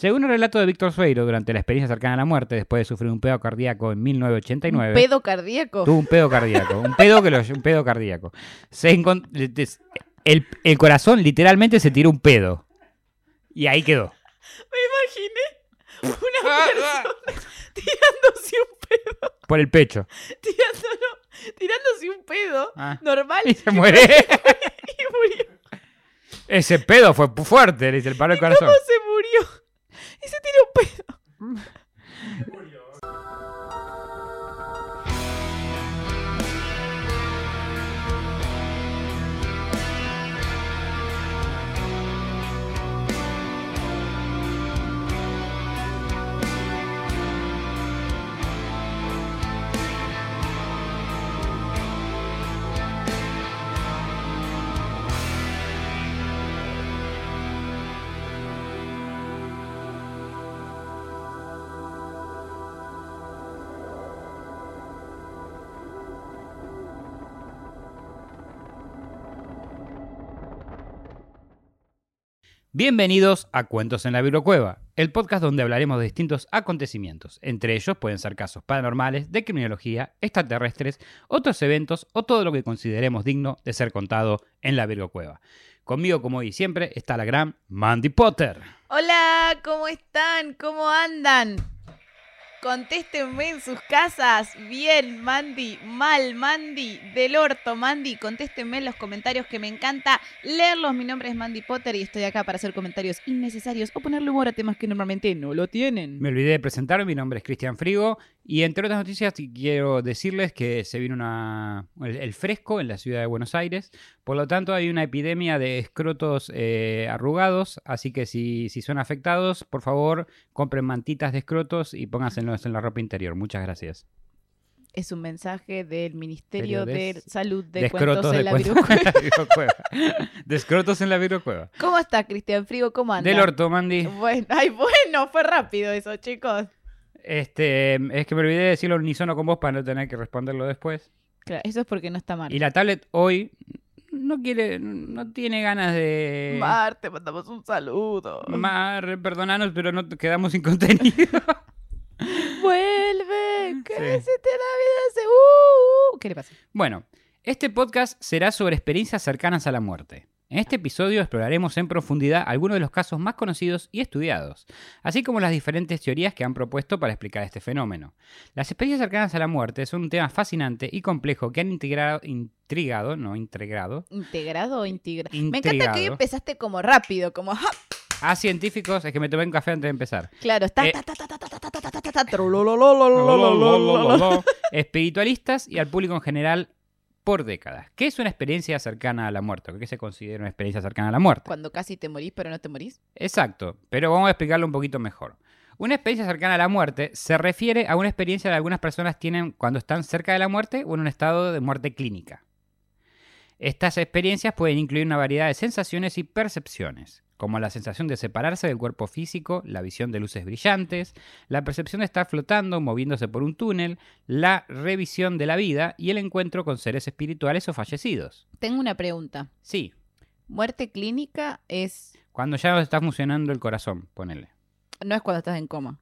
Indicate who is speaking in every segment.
Speaker 1: Según el relato de Víctor Sueiro, durante la experiencia cercana a la muerte, después de sufrir un pedo cardíaco en 1989...
Speaker 2: ¿Un pedo cardíaco?
Speaker 1: Tuvo un pedo cardíaco, un pedo, que lo, un pedo cardíaco. Se encon- el, el corazón literalmente se tiró un pedo. Y ahí quedó.
Speaker 2: Me imaginé una
Speaker 1: Ah,
Speaker 2: persona tirándose un pedo,
Speaker 1: Por el pecho.
Speaker 2: tirándolo, tirándose un pedo
Speaker 1: Ah.
Speaker 2: normal
Speaker 1: Y se muere.
Speaker 2: y murió.
Speaker 1: Ese pedo fue pu- fuerte, le dice el paro del corazón.
Speaker 2: ¿Cómo se murió? Y se tiró un pedo.
Speaker 1: Bienvenidos a Cuentos en la Birocueva, el podcast donde hablaremos de distintos acontecimientos. Entre ellos pueden ser casos paranormales, de criminología, extraterrestres, otros eventos o todo lo que consideremos digno de ser contado en la Birocueva. Conmigo, como hoy y siempre, está la gran Mandy Potter.
Speaker 2: Hola, ¿cómo están? ¿Cómo andan? Contéstenme en sus casas. Bien, Mandy. Mal, Mandy. Del orto, Mandy. Contéstenme en los comentarios que me encanta leerlos. Mi nombre es Mandy Potter y estoy acá para hacer comentarios innecesarios o ponerle humor a temas que normalmente no lo tienen.
Speaker 1: Me olvidé de presentarme, mi nombre es Cristian Frigo y entre otras noticias quiero decirles que se vino una, el, el fresco en la ciudad de Buenos Aires, por lo tanto hay una epidemia de escrotos eh, arrugados, así que si, si son afectados, por favor compren mantitas de escrotos y pónganselos en la ropa interior. Muchas gracias.
Speaker 2: Es un mensaje del
Speaker 1: Ministerio
Speaker 2: Ministerio
Speaker 1: de-
Speaker 2: de, Salud de,
Speaker 1: De,
Speaker 2: Cuentos
Speaker 1: escrotos
Speaker 2: en
Speaker 1: de
Speaker 2: la
Speaker 1: cuentos
Speaker 2: Virucueva.
Speaker 1: en la virocueva. De escrotos en la virocueva.
Speaker 2: ¿Cómo está, Cristian Frigo? ¿Cómo anda?
Speaker 1: Del orto, Mandy.
Speaker 2: Bueno, ay, bueno, fue rápido eso, chicos.
Speaker 1: Este, es que me olvidé de decirlo en unísono con vos para no tener que responderlo después.
Speaker 2: Claro, eso es porque no está mal.
Speaker 1: Y la tablet hoy no quiere, no tiene ganas de...
Speaker 2: Mar, te mandamos un saludo.
Speaker 1: Mar, perdonanos, pero no quedamos sin contenido.
Speaker 2: Vuelve, que
Speaker 1: Sí.
Speaker 2: hiciste la vida se- uh, uh. ¿Qué le pasa?
Speaker 1: bueno, este podcast será sobre experiencias cercanas a la muerte. En este episodio exploraremos en profundidad algunos de los casos más conocidos y estudiados, así como las diferentes teorías que han propuesto para explicar este fenómeno. Las experiencias cercanas a la muerte son un tema fascinante y complejo que han integrado, intrigado, no integrado,
Speaker 2: ¿Integrado o integrado? Me encanta que hoy
Speaker 1: Intrigado.
Speaker 2: empezaste como rápido, como ja,
Speaker 1: a científicos, es que me tomé un café antes de empezar,
Speaker 2: claro, está.
Speaker 1: Eh.
Speaker 2: ta, ta, ta, ta, ta, ta, ta, ta, ta, ta, ta, trulolololololol.
Speaker 1: espiritualistas y al público en general por décadas. ¿Qué es una experiencia cercana a la muerte? ¿Qué se considera una experiencia cercana a la muerte?
Speaker 2: Cuando casi te morís, pero no te morís.
Speaker 1: Exacto, pero vamos a explicarlo un poquito mejor. Una experiencia cercana a la muerte se refiere a una experiencia que algunas personas tienen cuando están cerca de la muerte o en un estado de muerte clínica. Estas experiencias pueden incluir una variedad de sensaciones y percepciones, como la sensación de separarse del cuerpo físico, la visión de luces brillantes, la percepción de estar flotando, moviéndose por un túnel, la revisión de la vida y el encuentro con seres espirituales o fallecidos.
Speaker 2: Tengo una pregunta.
Speaker 1: Sí,
Speaker 2: Muerte clínica es.
Speaker 1: cuando ya no está funcionando el corazón, ponele.
Speaker 2: No es cuando estás en coma.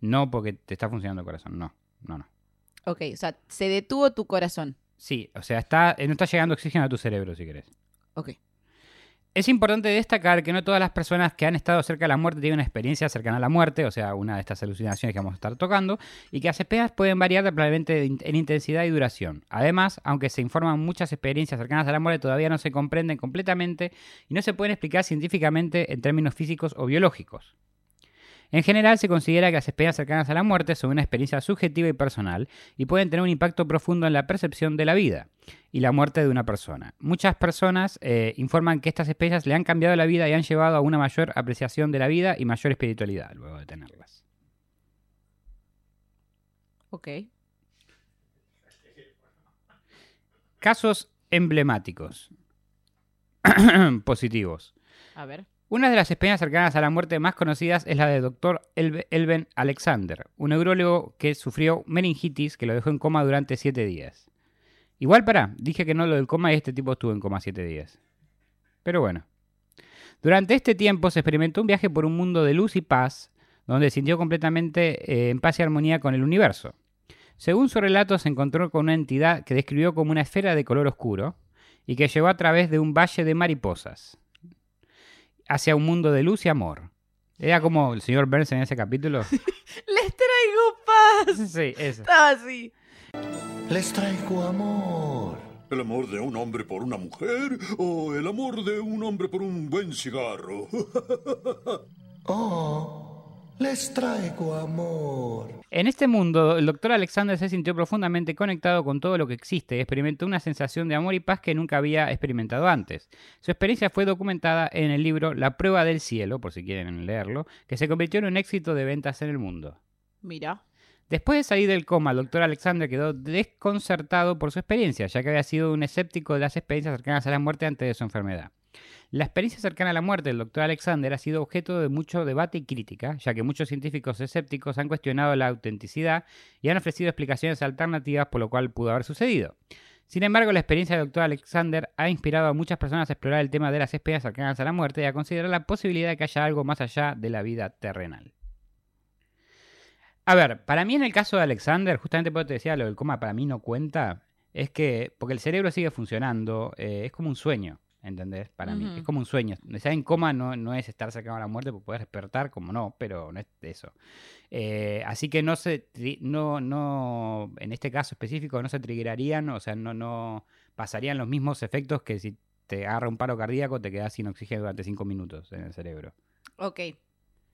Speaker 1: No porque te está funcionando el corazón, no, no, no.
Speaker 2: Ok, o sea, se detuvo tu corazón.
Speaker 1: Sí, o sea, está, eh, no está llegando oxígeno a tu cerebro, si querés.
Speaker 2: Ok.
Speaker 1: Es importante destacar que no todas las personas que han estado cerca de la muerte tienen una experiencia cercana a la muerte, o sea, una de estas alucinaciones que vamos a estar tocando, y que las experiencias pueden variar probablemente de in- en intensidad y duración. Además, aunque se informan muchas experiencias cercanas a la muerte, todavía no se comprenden completamente y no se pueden explicar científicamente en términos físicos o biológicos. En general, se considera que las experiencias cercanas a la muerte son una experiencia subjetiva y personal y pueden tener un impacto profundo en la percepción de la vida y la muerte de una persona. Muchas personas eh, informan que estas especies le han cambiado la vida y han llevado a una mayor apreciación de la vida y mayor espiritualidad luego de tenerlas.
Speaker 2: Ok.
Speaker 1: Casos emblemáticos. Positivos.
Speaker 2: A ver.
Speaker 1: Una de las especies cercanas a la muerte más conocidas es la del doctor Elven Alexander, un neurólogo que sufrió meningitis que lo dejó en coma durante siete días. Igual, pará, dije que no lo del coma y este tipo estuvo en coma siete días. Pero bueno. Durante este tiempo se experimentó un viaje por un mundo de luz y paz donde sintió completamente eh, en paz y armonía con el universo. Según su relato, se encontró con una entidad que describió como una esfera de color oscuro y que llegó a través de un valle de mariposas hacia un mundo de luz y amor. Era como el señor Burns en ese capítulo.
Speaker 2: Les traigo paz.
Speaker 1: sí, eso.
Speaker 2: Estaba así.
Speaker 3: Les traigo amor.
Speaker 4: ¿El amor de un hombre por una mujer o el amor de un hombre por un buen cigarro?
Speaker 3: Oh, les traigo amor.
Speaker 1: En este mundo, el doctor Alexander se sintió profundamente conectado con todo lo que existe y experimentó una sensación de amor y paz que nunca había experimentado antes. Su experiencia fue documentada en el libro La prueba del cielo, por si quieren leerlo, que se convirtió en un éxito de ventas en el mundo.
Speaker 2: Mira.
Speaker 1: Después de salir del coma, el doctor Alexander quedó desconcertado por su experiencia, ya que había sido un escéptico de las experiencias cercanas a la muerte antes de su enfermedad. La experiencia cercana a la muerte del doctor Alexander ha sido objeto de mucho debate y crítica, ya que muchos científicos escépticos han cuestionado la autenticidad y han ofrecido explicaciones alternativas por lo cual pudo haber sucedido. Sin embargo, la experiencia del doctor Alexander ha inspirado a muchas personas a explorar el tema de las experiencias cercanas a la muerte y a considerar la posibilidad de que haya algo más allá de la vida terrenal. A ver, para mí en el caso de Alexander, justamente por eso te decía lo del coma, para mí no cuenta, es que, porque el cerebro sigue funcionando, eh, es como un sueño, ¿entendés? Para mí,
Speaker 2: Ujú.
Speaker 1: es como un sueño. Estar en coma no, no es estar cercano a la muerte, porque puedes despertar, como no, pero no es eso. Eh, así que no se, tri- no, no, en este caso específico, no se triggerarían, o sea, no, no pasarían los mismos efectos que si te agarra un paro cardíaco, te quedas sin oxígeno durante cinco minutos en el cerebro.
Speaker 2: Ok.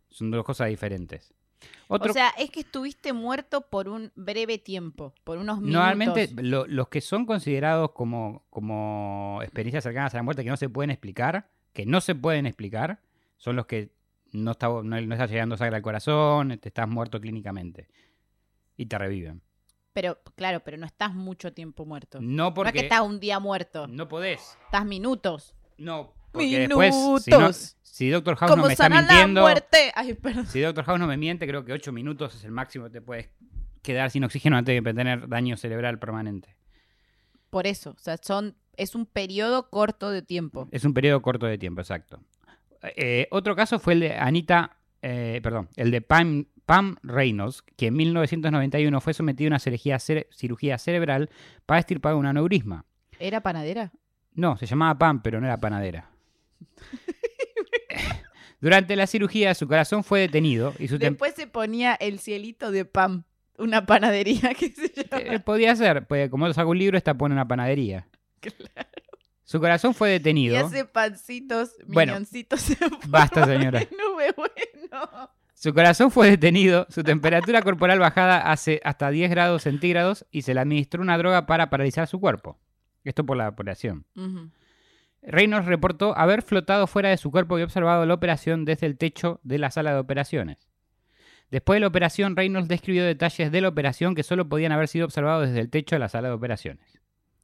Speaker 1: Son dos cosas diferentes. Otro
Speaker 2: O sea, es que estuviste muerto por un breve tiempo, por unos minutos.
Speaker 1: Normalmente lo- los que son considerados como, como experiencias cercanas a la muerte que no se pueden explicar, que no se pueden explicar, son los que no está, no, no está llegando sangre al corazón, te estás muerto clínicamente y te reviven.
Speaker 2: Pero, claro, pero no estás mucho tiempo muerto.
Speaker 1: No
Speaker 2: No es que
Speaker 1: porque
Speaker 2: estás un día muerto,
Speaker 1: no podés.
Speaker 2: estás minutos.
Speaker 1: No, porque después si, no-
Speaker 2: Minutos.
Speaker 1: si Doctor House no
Speaker 2: Como
Speaker 1: me está
Speaker 2: sana la
Speaker 1: mintiendo,
Speaker 2: muerte. Ay, perdón.
Speaker 1: si Doctor House no me miente, creo que 8 minutos es el máximo que te puedes quedar sin oxígeno antes de tener daño cerebral permanente.
Speaker 2: Por eso, o sea, son, es un periodo corto de tiempo.
Speaker 1: Es un periodo corto de tiempo, exacto. Eh, otro caso fue el de Anita, eh, perdón, el de Pam, Pam Reynolds, que en 1991 fue sometido a una cirugía, cere- cirugía cerebral para extirpar un aneurisma.
Speaker 2: ¿Era panadera?
Speaker 1: No, se llamaba Pam, pero no era panadera. Durante la cirugía, su corazón fue detenido y su tem-
Speaker 2: Después se ponía el cielito de Pam, una panadería que se
Speaker 1: Eh,
Speaker 2: llama.
Speaker 1: podía ser, pues como saco un libro, esta pone una panadería. Su corazón fue
Speaker 2: Y
Speaker 1: detenido.
Speaker 2: hace pancitos,
Speaker 1: Bueno.
Speaker 2: milloncitos. en
Speaker 1: Basta,
Speaker 2: forma de
Speaker 1: señora.
Speaker 2: Nube, bueno.
Speaker 1: Su corazón fue detenido, su temperatura corporal bajada hace hasta 10 grados centígrados y se le administró una droga para paralizar su cuerpo. Esto por la operación.
Speaker 2: Ujú.
Speaker 1: Reynolds reportó haber flotado fuera de su cuerpo y observado la operación desde el techo de la sala de operaciones. Después de la operación, Reynolds describió detalles de la operación que solo podían haber sido observados desde el techo de la sala de operaciones.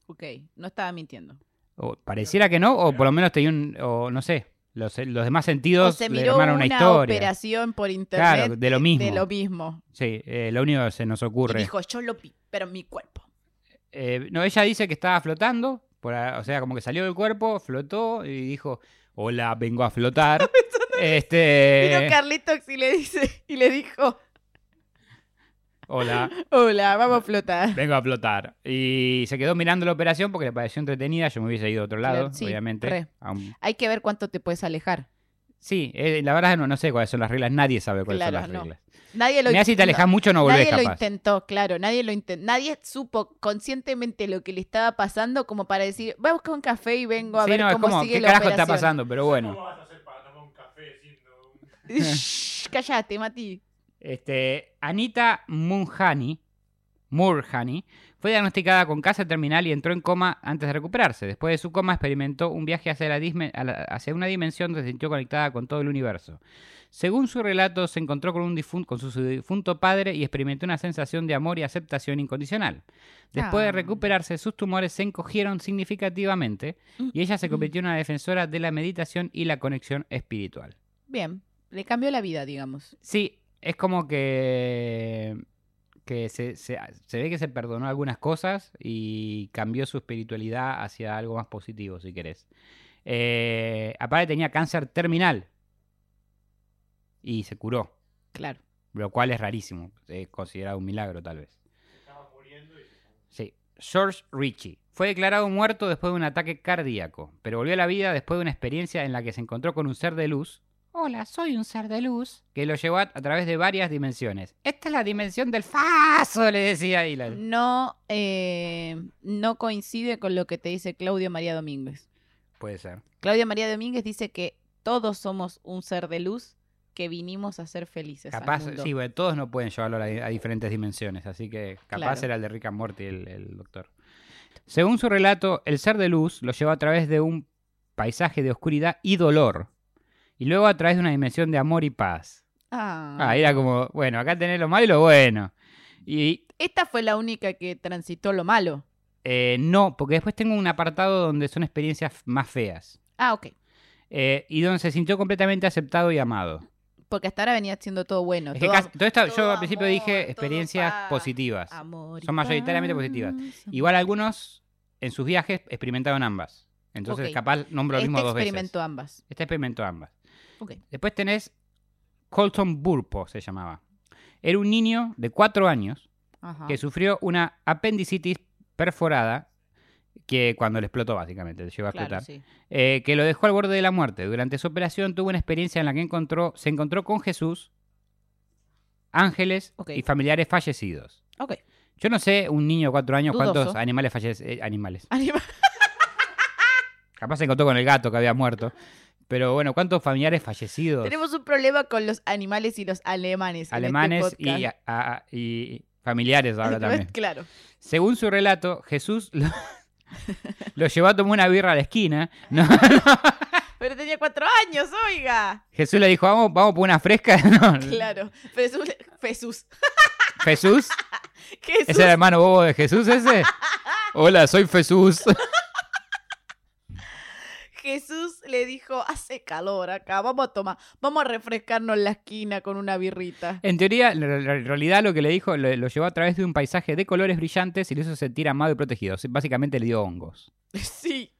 Speaker 2: Ok, no estaba mintiendo.
Speaker 1: O pareciera que no, o por lo menos tenía un, o no sé, los, los demás
Speaker 2: O
Speaker 1: sentidos
Speaker 2: se
Speaker 1: le
Speaker 2: miró
Speaker 1: armaron
Speaker 2: una
Speaker 1: una historia.
Speaker 2: operación por internet
Speaker 1: Claro, de lo mismo.
Speaker 2: de lo mismo.
Speaker 1: Sí, eh, lo único que se nos
Speaker 2: Y
Speaker 1: ocurre.
Speaker 2: dijo, yo lo vi, pero en mi cuerpo.
Speaker 1: Eh, no, ella dice que estaba flotando, por a- o sea, como que salió del cuerpo, flotó y dijo, hola, vengo a flotar.
Speaker 2: Vino
Speaker 1: este,
Speaker 2: Carlitos y le dice, y le dijo,
Speaker 1: hola,
Speaker 2: hola, vamos a flotar.
Speaker 1: vengo a flotar. Y se quedó mirando la operación porque le pareció entretenida, yo me hubiese ido a otro lado,
Speaker 2: Claro, sí,
Speaker 1: obviamente.
Speaker 2: re.
Speaker 1: A un-
Speaker 2: Hay que ver cuánto te puedes alejar.
Speaker 1: Sí, eh, la verdad no, no sé cuáles son las reglas, nadie sabe cuáles
Speaker 2: Claro,
Speaker 1: son
Speaker 2: no.
Speaker 1: las reglas.
Speaker 2: Nadie lo
Speaker 1: Mirá, si te
Speaker 2: no,
Speaker 1: alejas mucho no volvés
Speaker 2: Nadie lo
Speaker 1: capaz.
Speaker 2: intentó, claro, nadie lo intentó. Nadie supo conscientemente lo que le estaba pasando como para decir, voy a buscar un café y vengo a
Speaker 1: Sí,
Speaker 2: ver
Speaker 1: no, es
Speaker 2: cómo
Speaker 1: como,
Speaker 2: sigue
Speaker 1: ¿qué
Speaker 2: la
Speaker 1: carajo
Speaker 2: operación.
Speaker 1: está pasando? Pero bueno.
Speaker 2: Shh, Callate, Mati.
Speaker 1: Este, Anita Munhani, Murhani, fue diagnosticada con cáncer terminal y entró en coma antes de recuperarse. Después de su coma experimentó un viaje hacia, la disme- a la- hacia una dimensión donde se sintió conectada con todo el universo. Según su relato, se encontró con, un difun- con su, su difunto padre y experimentó una sensación de amor y aceptación incondicional. Después de
Speaker 2: Ah.
Speaker 1: recuperarse, sus tumores se encogieron significativamente y ella se convirtió en una defensora de la meditación y la conexión espiritual.
Speaker 2: Bien, le cambió la vida, digamos.
Speaker 1: Sí, es como que, que se, se- se ve que se perdonó algunas cosas y cambió su espiritualidad hacia algo más positivo, si querés. Eh, aparte tenía cáncer terminal y se curó.
Speaker 2: Claro.
Speaker 1: lo cual es rarísimo, es considerado un milagro tal vez. Sí, George Ritchie. Fue declarado muerto después de un ataque cardíaco, pero volvió a la vida después de una experiencia en la que se encontró con un ser de luz. Hola, soy un ser de luz. Que lo llevó a, a través de varias dimensiones. Esta es la dimensión del faso, le decía ahí la-
Speaker 2: No, eh, no coincide con lo que te dice Claudio María Domínguez.
Speaker 1: Puede ser.
Speaker 2: Claudio María Domínguez dice que todos somos un ser de luz que vinimos a ser felices. al
Speaker 1: Capaz,
Speaker 2: mundo.
Speaker 1: sí, bueno, todos no pueden llevarlo a, la- a diferentes dimensiones, así que capaz
Speaker 2: Claro.
Speaker 1: era el de Rick and Morty el, el doctor. Según su relato, el ser de luz lo llevó a través de un paisaje de oscuridad y dolor, y luego a través de una dimensión de amor y paz.
Speaker 2: Ah.
Speaker 1: Ah, era como, bueno, acá tenés lo malo y lo bueno. Y
Speaker 2: Esta fue la única que transitó lo malo.
Speaker 1: eh, no, porque después tengo un apartado donde son experiencias más feas,
Speaker 2: Ah, ok.
Speaker 1: eh, y donde se sintió completamente aceptado y amado.
Speaker 2: Porque hasta ahora venía siendo todo bueno.
Speaker 1: Es que
Speaker 2: todo
Speaker 1: casi- todo esto- yo
Speaker 2: todo
Speaker 1: al principio
Speaker 2: amor,
Speaker 1: dije
Speaker 2: todo
Speaker 1: experiencias
Speaker 2: paz,
Speaker 1: positivas.
Speaker 2: amor y
Speaker 1: son mayoritariamente positivas.
Speaker 2: paz. Este
Speaker 1: Igual algunos en sus viajes experimentaron ambas. Entonces,
Speaker 2: Ok.
Speaker 1: capaz nombro lo
Speaker 2: Este
Speaker 1: mismo dos
Speaker 2: experimentó
Speaker 1: veces.
Speaker 2: ambas.
Speaker 1: Este experimentó ambas.
Speaker 2: Ok.
Speaker 1: Después tenés Colton Burpo, se llamaba. Era un niño de cuatro años
Speaker 2: Ajá.
Speaker 1: que sufrió una apendicitis perforada que cuando le explotó, básicamente, le llegó a
Speaker 2: Claro,
Speaker 1: explotar.
Speaker 2: sí.
Speaker 1: eh, que lo dejó al borde de la muerte. Durante su operación tuvo una experiencia en la que encontró, se encontró con Jesús, ángeles
Speaker 2: Ok.
Speaker 1: y familiares fallecidos.
Speaker 2: Ok.
Speaker 1: Yo no sé, un niño de cuatro años, cuántos
Speaker 2: Dudoso.
Speaker 1: animales fallece, eh, animales.
Speaker 2: Anima-
Speaker 1: Capaz se encontró con el gato que había muerto. Pero bueno, ¿cuántos familiares fallecidos?
Speaker 2: Tenemos un problema con los animales y los alemanes. en este
Speaker 1: alemanes y,
Speaker 2: podcast. Pues
Speaker 1: a- a- y familiares ahora también.
Speaker 2: Claro.
Speaker 1: Según su relato, Jesús lo, lo llevó a tomar una birra a la esquina. No,
Speaker 2: Pero tenía cuatro años, oiga.
Speaker 1: Jesús le dijo, vamos, vamos por una fresca. No,
Speaker 2: Claro. Jesús. Jesús.
Speaker 1: Jesús,
Speaker 2: Jesús.
Speaker 1: ¿es el hermano bobo de Jesús ese? Hola, soy Jesús.
Speaker 2: Jesús le dijo, hace calor acá, vamos a tomar, vamos a refrescarnos en la esquina con una birrita.
Speaker 1: En teoría, en re- re- realidad lo que le dijo lo, lo llevó a través de un paisaje de colores brillantes y lo hizo sentir amado y protegido. Básicamente le dio hongos.
Speaker 2: Sí.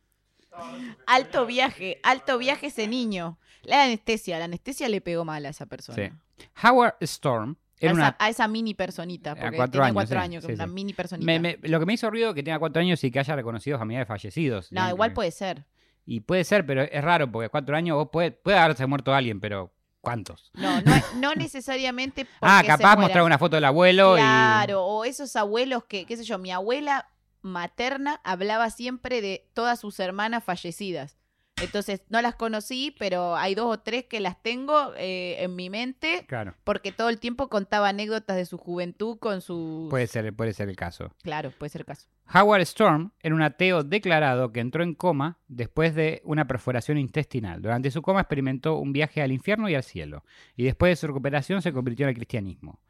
Speaker 2: Alto viaje, alto viaje ese niño. La anestesia, la anestesia le pegó mal a esa persona.
Speaker 1: Howard Storm
Speaker 2: a,
Speaker 1: era
Speaker 2: esa,
Speaker 1: una...
Speaker 2: a esa mini personita, porque
Speaker 1: cuatro
Speaker 2: tenía
Speaker 1: años,
Speaker 2: cuatro
Speaker 1: sí,
Speaker 2: años, que
Speaker 1: sí,
Speaker 2: una
Speaker 1: sí.
Speaker 2: mini personita.
Speaker 1: me- me- lo que me hizo ruido que tenga cuatro años y que haya reconocido familiares fallecidos.
Speaker 2: No,
Speaker 1: Tiene
Speaker 2: igual
Speaker 1: que-
Speaker 2: puede ser.
Speaker 1: Y puede ser, pero es raro porque cuatro años vos puede, puede haberse muerto alguien, pero ¿cuántos?
Speaker 2: No, no, no necesariamente porque
Speaker 1: ah, capaz mostrar
Speaker 2: mostrar
Speaker 1: una foto del abuelo y...
Speaker 2: Claro, o esos abuelos que, qué sé yo, mi abuela materna hablaba siempre de todas sus hermanas fallecidas. Entonces, no las conocí, pero hay dos o tres que las tengo eh, en mi mente
Speaker 1: Claro,
Speaker 2: porque todo el tiempo contaba anécdotas de su juventud con su...
Speaker 1: puede ser, puede ser el caso.
Speaker 2: Claro, puede ser el caso.
Speaker 1: Howard Storm era un ateo declarado que entró en coma después de una perforación intestinal. Durante su coma experimentó un viaje al infierno y al cielo, y después de su recuperación se convirtió en el cristianismo.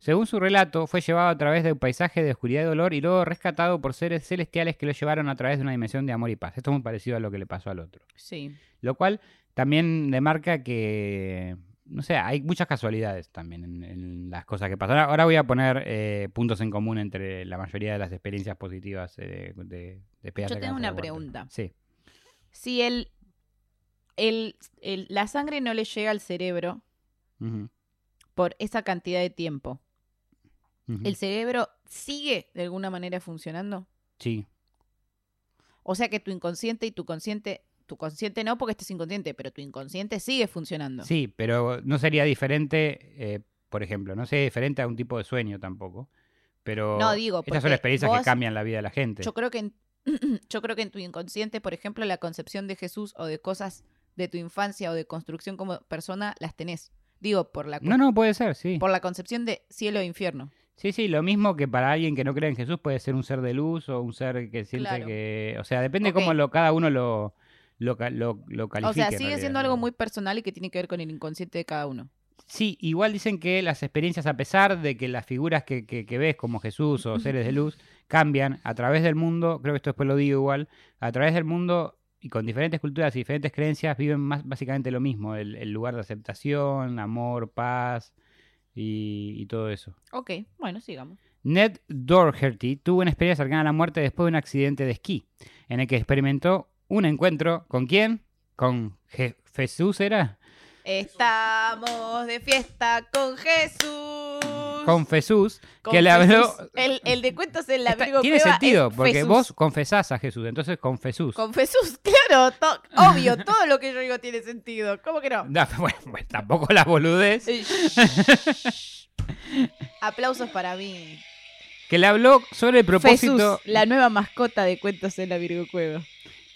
Speaker 1: Según su relato, fue llevado a través de un paisaje de oscuridad y dolor y luego rescatado por seres celestiales que lo llevaron a través de una dimensión de amor y paz. Esto es muy parecido a lo que le pasó al otro.
Speaker 2: Sí.
Speaker 1: Lo cual también demarca que, no sé, hay muchas casualidades también en, en las cosas que pasan. Ahora voy a poner eh, puntos en común entre la mayoría de las experiencias positivas eh, de, de pediatra
Speaker 2: Yo
Speaker 1: que
Speaker 2: tengo
Speaker 1: hace
Speaker 2: una
Speaker 1: aborto.
Speaker 2: pregunta.
Speaker 1: Sí,
Speaker 2: Si el, el, el- la sangre no le llega al cerebro
Speaker 1: Ujú,
Speaker 2: por esa cantidad de tiempo,
Speaker 1: ujú.
Speaker 2: ¿el cerebro sigue de alguna manera funcionando?
Speaker 1: sí,
Speaker 2: O sea que tu inconsciente y tu consciente, tu consciente no porque estés inconsciente, pero tu inconsciente sigue funcionando.
Speaker 1: sí, pero no sería diferente, eh, por ejemplo, no sería diferente a un tipo de sueño tampoco. Pero
Speaker 2: No, digo,
Speaker 1: estas son
Speaker 2: porque
Speaker 1: experiencias que
Speaker 2: vos-
Speaker 1: cambian la vida de la gente.
Speaker 2: Yo creo que en, yo creo que en tu inconsciente, por ejemplo, la concepción de Jesús o de cosas de tu infancia o de construcción como persona las tenés. Digo, por la cu-
Speaker 1: No, no, puede ser, sí.
Speaker 2: por la concepción de cielo e infierno.
Speaker 1: Sí, sí, lo mismo que para alguien que no cree en Jesús puede ser un ser de luz o un ser que siente
Speaker 2: Claro.
Speaker 1: que... O sea, depende
Speaker 2: Ok.
Speaker 1: cómo lo, cada uno lo, lo, ca- lo, lo califique.
Speaker 2: O sea,
Speaker 1: en
Speaker 2: sigue
Speaker 1: realidad,
Speaker 2: siendo
Speaker 1: ¿no?
Speaker 2: algo muy personal y que tiene que ver con el inconsciente de cada uno.
Speaker 1: Sí, igual dicen que las experiencias, a pesar de que las figuras que, que- que ves como Jesús o seres de luz cambian a través del mundo, creo que esto después lo digo igual, a través del mundo y con diferentes culturas y diferentes creencias viven más básicamente lo mismo, el, el lugar de aceptación, amor, paz y- y todo eso.
Speaker 2: Ok, bueno, sigamos.
Speaker 1: Ned Doherty tuvo una experiencia cercana a la muerte después de un accidente de esquí, en el que experimentó un encuentro con quién? Con Je- Jesús era.
Speaker 2: Estamos de fiesta con Jesús.
Speaker 1: Confesús,
Speaker 2: Con
Speaker 1: que le
Speaker 2: Jesús.
Speaker 1: habló.
Speaker 2: El, el de cuentos en la
Speaker 1: Está-
Speaker 2: Virgo
Speaker 1: tiene
Speaker 2: Cueva es
Speaker 1: sentido, porque
Speaker 2: Jesús.
Speaker 1: vos confesás a Jesús, entonces confesús.
Speaker 2: Con Jesús, claro, to- obvio, todo lo que yo digo tiene sentido. ¿Cómo que no?
Speaker 1: Da- bueno, bueno, tampoco la boludez.
Speaker 2: Eh, Aplausos para mí.
Speaker 1: Que le habló sobre el propósito.
Speaker 2: Jesús, la nueva mascota de cuentos en la Virgo Cueva.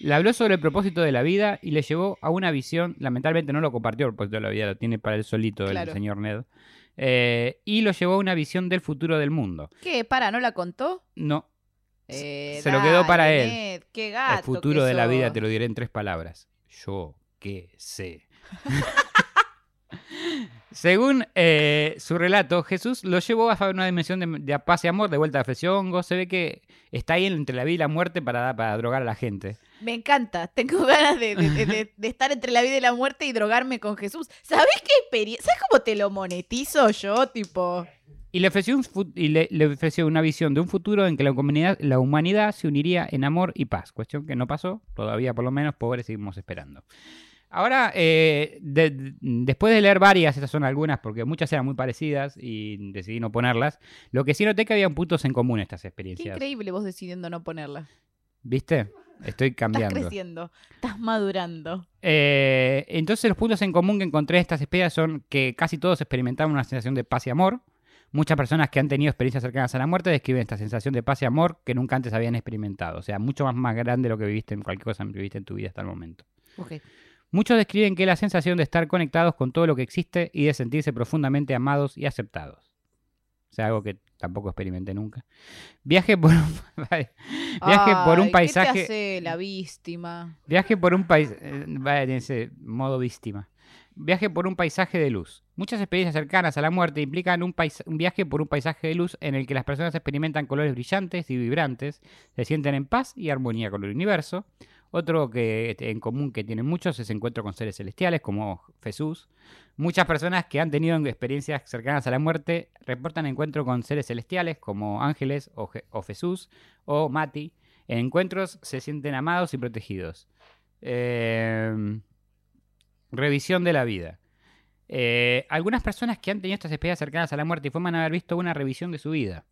Speaker 1: Le habló sobre el propósito de la vida y le llevó a una visión. Lamentablemente no lo compartió el propósito de la vida, lo tiene para él solito
Speaker 2: Claro.
Speaker 1: el señor Ned. Eh, y lo llevó a una visión del futuro del mundo.
Speaker 2: ¿Qué? ¿Para? ¿No la contó?
Speaker 1: No,
Speaker 2: Eh,
Speaker 1: se lo quedó para
Speaker 2: dale,
Speaker 1: él.
Speaker 2: Ned, Qué gato.
Speaker 1: el futuro
Speaker 2: que
Speaker 1: de la vida
Speaker 2: sos.
Speaker 1: te lo diré en tres palabras. Yo qué sé. Según eh, su relato, Jesús lo llevó a una dimensión de, de paz y amor, de vuelta a Fesión, Se ve que está ahí entre la vida y la muerte para, para drogar a la gente.
Speaker 2: Me encanta. Tengo ganas de, de- de- de- de estar entre la vida y la muerte y drogarme con Jesús. ¿Sabés qué experiencia? ¿Sabés cómo te lo monetizo yo? Tipo.
Speaker 1: Y le ofreció, un fu- y le, le ofreció una visión de un futuro en que la humanidad, la humanidad se uniría en amor y paz. Cuestión que no pasó, todavía por lo menos, pobres seguimos esperando. Ahora, eh, de- de- después de leer varias, estas son algunas, porque muchas eran muy parecidas y decidí no ponerlas, lo que sí noté que había puntos en común estas
Speaker 2: Qué
Speaker 1: experiencias.
Speaker 2: increíble vos decidiendo no ponerla.
Speaker 1: ¿Viste? Estoy
Speaker 2: Estás
Speaker 1: cambiando.
Speaker 2: creciendo, estás madurando.
Speaker 1: Eh, entonces los puntos en común que encontré de estas espías son que casi todos experimentaban una sensación de paz y amor. Muchas personas que han tenido experiencias cercanas a la muerte describen esta sensación de paz y amor que nunca antes habían experimentado. O sea, mucho más, más grande de lo que viviste en cualquier cosa que viviste en tu vida hasta el momento. Muchos describen que la sensación de estar conectados con todo lo que existe y de sentirse profundamente amados y aceptados. O sea, algo que tampoco experimenté nunca. Viaje por un, viaje por un paisaje.
Speaker 2: ¿Qué te hace la víctima?
Speaker 1: Viaje por un país. eh, Vaya, en ese modo víctima. Viaje por un paisaje de luz. Muchas experiencias cercanas a la muerte implican un, pais- un viaje por un paisaje de luz en el que las personas experimentan colores brillantes y vibrantes, se sienten en paz y armonía con el universo. Otro que este, en común que tienen muchos es encuentro con seres celestiales como Jesús. Muchas personas que han tenido experiencias cercanas a la muerte reportan encuentro con seres celestiales como ángeles o, Je- o Jesús o Mati. En encuentros se sienten amados y protegidos. Eh, revisión de la vida. Eh, algunas personas que han tenido estas experiencias cercanas a la muerte informan haber visto una revisión de su vida,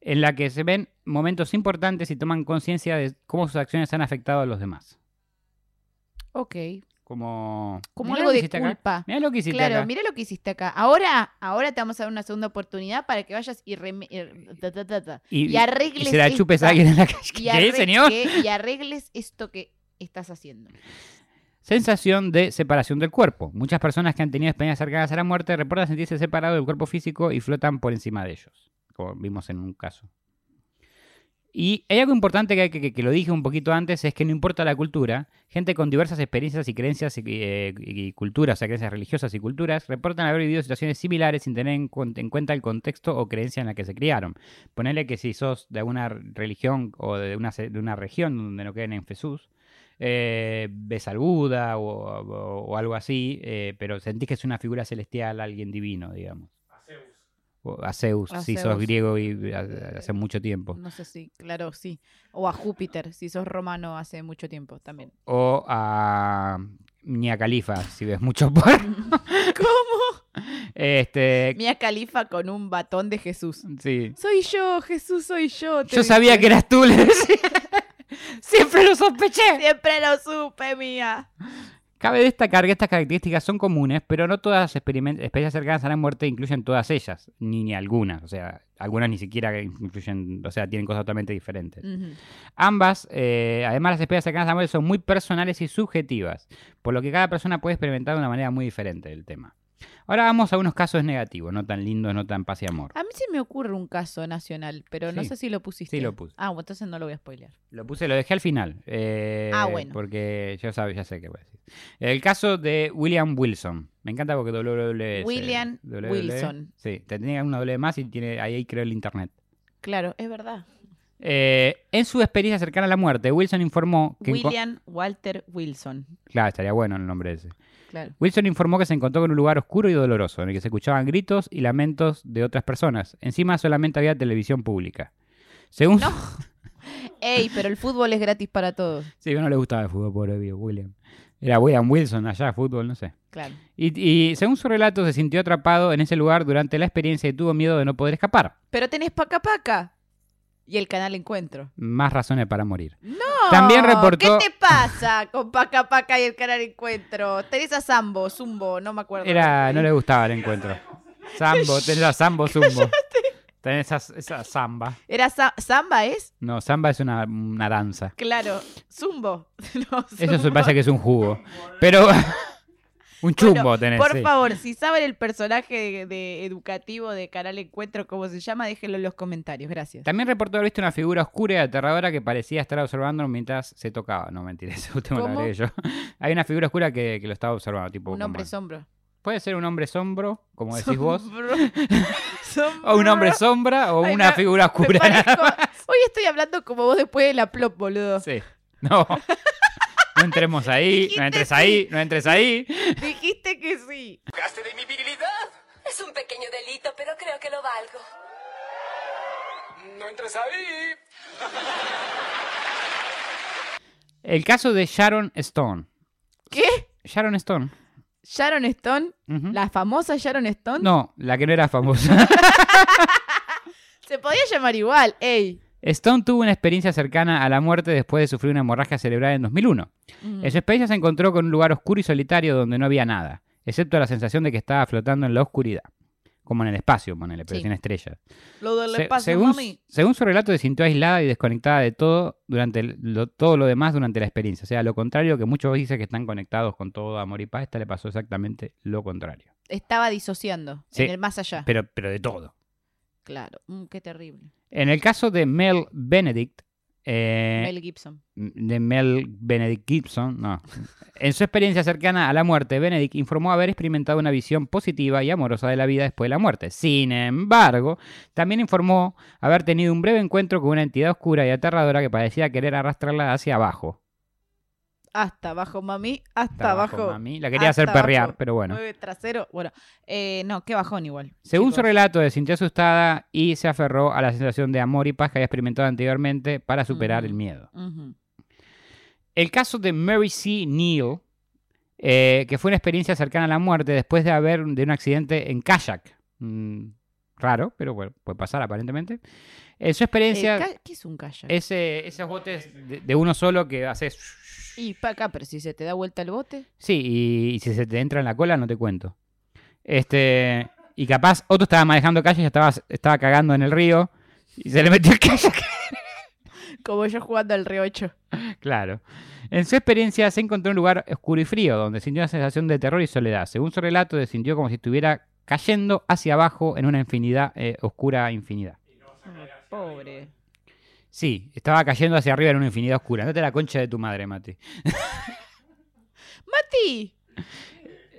Speaker 1: en la que se ven momentos importantes y toman conciencia de cómo sus acciones han afectado a los demás.
Speaker 2: Ok.
Speaker 1: Como,
Speaker 2: Como
Speaker 1: "Mirá lo
Speaker 2: algo
Speaker 1: que
Speaker 2: de
Speaker 1: hiciste acá,
Speaker 2: culpa.
Speaker 1: mirá lo que hiciste
Speaker 2: Claro,
Speaker 1: acá".
Speaker 2: mira lo que hiciste acá. Ahora, ahora te vamos a dar una segunda oportunidad para que vayas y, reme- y- ta, ta, ta, ta.
Speaker 1: y,
Speaker 2: y
Speaker 1: y
Speaker 2: arregles
Speaker 1: se la chupes a
Speaker 2: esta-
Speaker 1: alguien en la calle.
Speaker 2: y
Speaker 1: ¿Qué,
Speaker 2: arre-
Speaker 1: señor?
Speaker 2: que- y arregles esto que estás haciendo.
Speaker 1: Sensación de separación del cuerpo. Muchas personas que han tenido experiencias cercanas a la muerte reportan sentirse separados del cuerpo físico y flotan por encima de ellos, como vimos en un caso. Y hay algo importante que, hay que- que- que lo dije un poquito antes, es que no importa la cultura, gente con diversas experiencias y creencias y, eh, y culturas, o sea, creencias religiosas y culturas, reportan haber vivido situaciones similares sin tener en, cuen- en cuenta el contexto o creencia en la que se criaron. Ponele que si sos de alguna religión o de una, se- de una región donde no creen en Jesús, eh, ves al Buda o, o- o algo así, eh, pero sentís que es una figura celestial, alguien divino, digamos. O A Zeus.
Speaker 2: A
Speaker 1: si sos
Speaker 2: Zeus.
Speaker 1: griego y a- hace mucho tiempo.
Speaker 2: No sé si, claro, sí. O a Júpiter, si sos romano hace mucho tiempo también.
Speaker 1: O a Mia Califa, si ves mucho porno.
Speaker 2: ¿Cómo?
Speaker 1: Este,
Speaker 2: Mía Califa con un batón de Jesús.
Speaker 1: sí.
Speaker 2: Soy yo, Jesús, soy yo. te
Speaker 1: Yo sabía
Speaker 2: dije.
Speaker 1: que eras tú, le decía. Siempre lo sospeché.
Speaker 2: Siempre lo supe, mía.
Speaker 1: Cabe destacar que estas características son comunes, pero no todas las experimen- experiencias cercanas a la muerte incluyen todas ellas, ni, ni algunas. O sea, algunas ni siquiera incluyen, o sea, tienen cosas totalmente diferentes.
Speaker 2: Ujú.
Speaker 1: Ambas, eh, además, las experiencias cercanas a la muerte son muy personales y subjetivas, por lo que cada persona puede experimentar de una manera muy diferente el tema. Ahora vamos a unos casos negativos, no tan lindos, no tan paz y amor.
Speaker 2: A mí se me ocurre un caso nacional, pero no
Speaker 1: Sí.
Speaker 2: sé si lo pusiste.
Speaker 1: Sí, lo puse.
Speaker 2: Ah, bueno, entonces no lo voy a spoilear.
Speaker 1: Lo puse, lo dejé al final. eh,
Speaker 2: Ah, bueno.
Speaker 1: Porque yo sabe, ya sé qué voy a decir. El caso de William Wilson. Me encanta porque E WWE.
Speaker 2: William
Speaker 1: WWE.
Speaker 2: Wilson.
Speaker 1: E. Sí, te tenía una W más y tiene, ahí creo el internet.
Speaker 2: Claro, es verdad.
Speaker 1: Eh, en su experiencia cercana a la muerte, Wilson informó que. enco-
Speaker 2: William Walter Wilson.
Speaker 1: Claro, estaría bueno el nombre ese.
Speaker 2: Claro.
Speaker 1: Wilson informó que se encontró con un lugar oscuro y doloroso, en el que se escuchaban gritos y lamentos de otras personas. Encima solamente había televisión pública. Según
Speaker 2: No. Ey, pero el fútbol es gratis para todos.
Speaker 1: Sí, no le gustaba el fútbol, pobre viejo William. Era William Wilson allá, fútbol, no sé.
Speaker 2: Claro.
Speaker 1: Y, y según su relato, se sintió atrapado en ese lugar durante la experiencia y tuvo miedo de no poder escapar.
Speaker 2: Pero tenés Paca Paca y el canal Encuentro.
Speaker 1: Más razones para morir.
Speaker 2: No,
Speaker 1: También reportó-
Speaker 2: ¿Qué te pasa con Paca Paca y el canal Encuentro? Tenés a Zambo, Zumbo, no me acuerdo.
Speaker 1: Era, no le gustaba el encuentro. Sambo, tenés a Sambo Zumbo. Tenés a, esa Samba.
Speaker 2: Era Za- Zamba, ¿es?
Speaker 1: No, Samba es una, una danza.
Speaker 2: Claro. Zumbo. No,
Speaker 1: Eso se
Speaker 2: Zumbo.
Speaker 1: pasa que es un jugo. Pero. un
Speaker 2: Bueno,
Speaker 1: chumbo tenés.
Speaker 2: Por
Speaker 1: sí.
Speaker 2: favor, si saben el personaje de, de educativo de Canal Encuentro, cómo se llama, déjenlo en los comentarios. Gracias.
Speaker 1: También reportó haber visto una figura oscura y aterradora que parecía estar observando mientras se tocaba. No, mentira, eso último lo
Speaker 2: ¿Cómo?
Speaker 1: agregué yo. Hay una figura oscura que, que lo estaba observando. Tipo,
Speaker 2: Un hombre
Speaker 1: como-
Speaker 2: sombra.
Speaker 1: Puede ser un hombre sombro, como decís vos.
Speaker 2: Sombro.
Speaker 1: O un hombre
Speaker 2: Sombro.
Speaker 1: sombra o
Speaker 2: Ay,
Speaker 1: una
Speaker 2: me-
Speaker 1: figura
Speaker 2: Me
Speaker 1: oscura.
Speaker 2: parezco- Hoy estoy hablando como vos después de la plop, boludo.
Speaker 1: Sí. No. No entremos ahí, no
Speaker 2: Dijiste
Speaker 1: entres
Speaker 2: sí.
Speaker 1: ahí, no entres ahí.
Speaker 2: Dijiste que sí.
Speaker 5: ¡Gaste de mi virilidad!
Speaker 6: Es un pequeño delito, pero creo que lo valgo.
Speaker 5: ¡No entres ahí!
Speaker 1: El caso de Sharon Stone.
Speaker 2: ¿Qué?
Speaker 1: Sharon Stone.
Speaker 2: Sharon Stone,
Speaker 1: Ujú.
Speaker 2: la famosa Sharon Stone,
Speaker 1: ¿Mm? No, la que no era famosa.
Speaker 2: se podía llamar igual, ey.
Speaker 1: Stone tuvo una experiencia cercana a la muerte después de sufrir una hemorragia cerebral en 2001.
Speaker 2: Mm.
Speaker 1: En su experiencia se encontró con un lugar oscuro y solitario donde no había nada, excepto la sensación de que estaba flotando en la oscuridad. Como en el espacio, ponele, pero
Speaker 2: Sí.
Speaker 1: sin estrellas.
Speaker 2: Mm. Lo del
Speaker 1: Se-
Speaker 2: espacio,
Speaker 1: según,
Speaker 2: mami.
Speaker 1: según su relato, se sintió aislada y desconectada de todo durante el- lo- todo lo demás durante la experiencia. O sea, lo contrario que muchos dicen que están conectados con todo amor y paz, esta le pasó exactamente lo contrario.
Speaker 2: Estaba disociando
Speaker 1: Sí.
Speaker 2: en el más allá.
Speaker 1: Pero, pero de todo.
Speaker 2: Claro, Mm, qué terrible.
Speaker 1: En el caso de Mel Benedict, eh,
Speaker 2: Mel Gibson.
Speaker 1: de Mel Benedict Gibson, no. En su experiencia cercana a la muerte, Benedict informó haber experimentado una visión positiva y amorosa de la vida después de la muerte. Sin embargo, también informó haber tenido un breve encuentro con una entidad oscura y aterradora que parecía querer arrastrarla hacia abajo.
Speaker 2: Hasta abajo, mami. Hasta
Speaker 1: Está
Speaker 2: abajo.
Speaker 1: mami. La quería
Speaker 2: Hasta
Speaker 1: hacer perrear,
Speaker 2: abajo.
Speaker 1: pero bueno.
Speaker 2: Mueve trasero. Bueno, eh, no, qué bajón igual.
Speaker 1: Según su
Speaker 2: chicos.
Speaker 1: relato, se sintió asustada y se aferró a la sensación de amor y paz que había experimentado anteriormente para superar
Speaker 2: Ujú.
Speaker 1: el miedo.
Speaker 2: Ujú. Eh,
Speaker 1: El caso de Mary C. Neal, eh, que fue una experiencia cercana a la muerte después de haber de un accidente en kayak. Mm, raro, pero bueno, puede pasar aparentemente. En su
Speaker 2: El
Speaker 1: experiencia,
Speaker 2: ca- ¿Qué es un Eh, kayak?
Speaker 1: ese- esos botes de, de uno solo que haces...
Speaker 2: Y para acá, pero si se te da vuelta el bote.
Speaker 1: Sí, y, y si se te entra en la cola, no te cuento. Este, y capaz otro estaba manejando calle y estaba, estaba cagando en el río y se le metió el kayak.
Speaker 2: Como yo jugando al re 8.
Speaker 1: Claro. En su experiencia se encontró un lugar oscuro y frío, donde sintió una sensación de terror y soledad. Según su relato, se sintió como si estuviera cayendo hacia abajo en una infinidad, eh, oscura infinidad.
Speaker 2: Pobre.
Speaker 1: Sí, estaba cayendo hacia arriba en una infinidad oscura. Andate a la concha de tu madre, Mati. Eh,
Speaker 2: ¡Mati!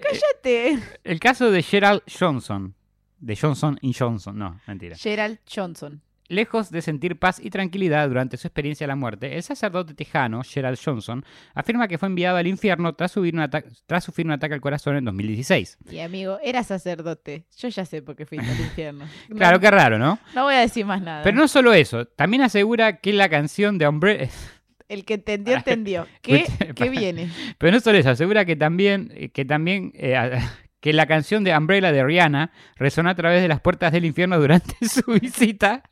Speaker 2: ¡Cállate!
Speaker 1: El caso de Gerald Johnson. De Johnson y Johnson. No, mentira.
Speaker 2: Gerald Johnson.
Speaker 1: Lejos de sentir paz y tranquilidad durante su experiencia de la muerte, el sacerdote tejano, Gerald Johnson, afirma que fue enviado al infierno tras, subir un ata- tras sufrir un ataque al corazón en 2016.
Speaker 2: Y amigo, era sacerdote. Yo ya sé por qué fuiste al infierno. No,
Speaker 1: Claro, qué raro, ¿no?
Speaker 2: No voy a decir más nada.
Speaker 1: Pero no solo eso, también asegura que la canción de Hombre...
Speaker 2: El que entendió, entendió. ¿Qué,
Speaker 1: Escuché,
Speaker 2: qué
Speaker 1: pará.
Speaker 2: viene?
Speaker 1: Pero no solo eso, asegura que también... Que también eh, que la canción de Umbrella de Rihanna resonó a través de las puertas del infierno durante su visita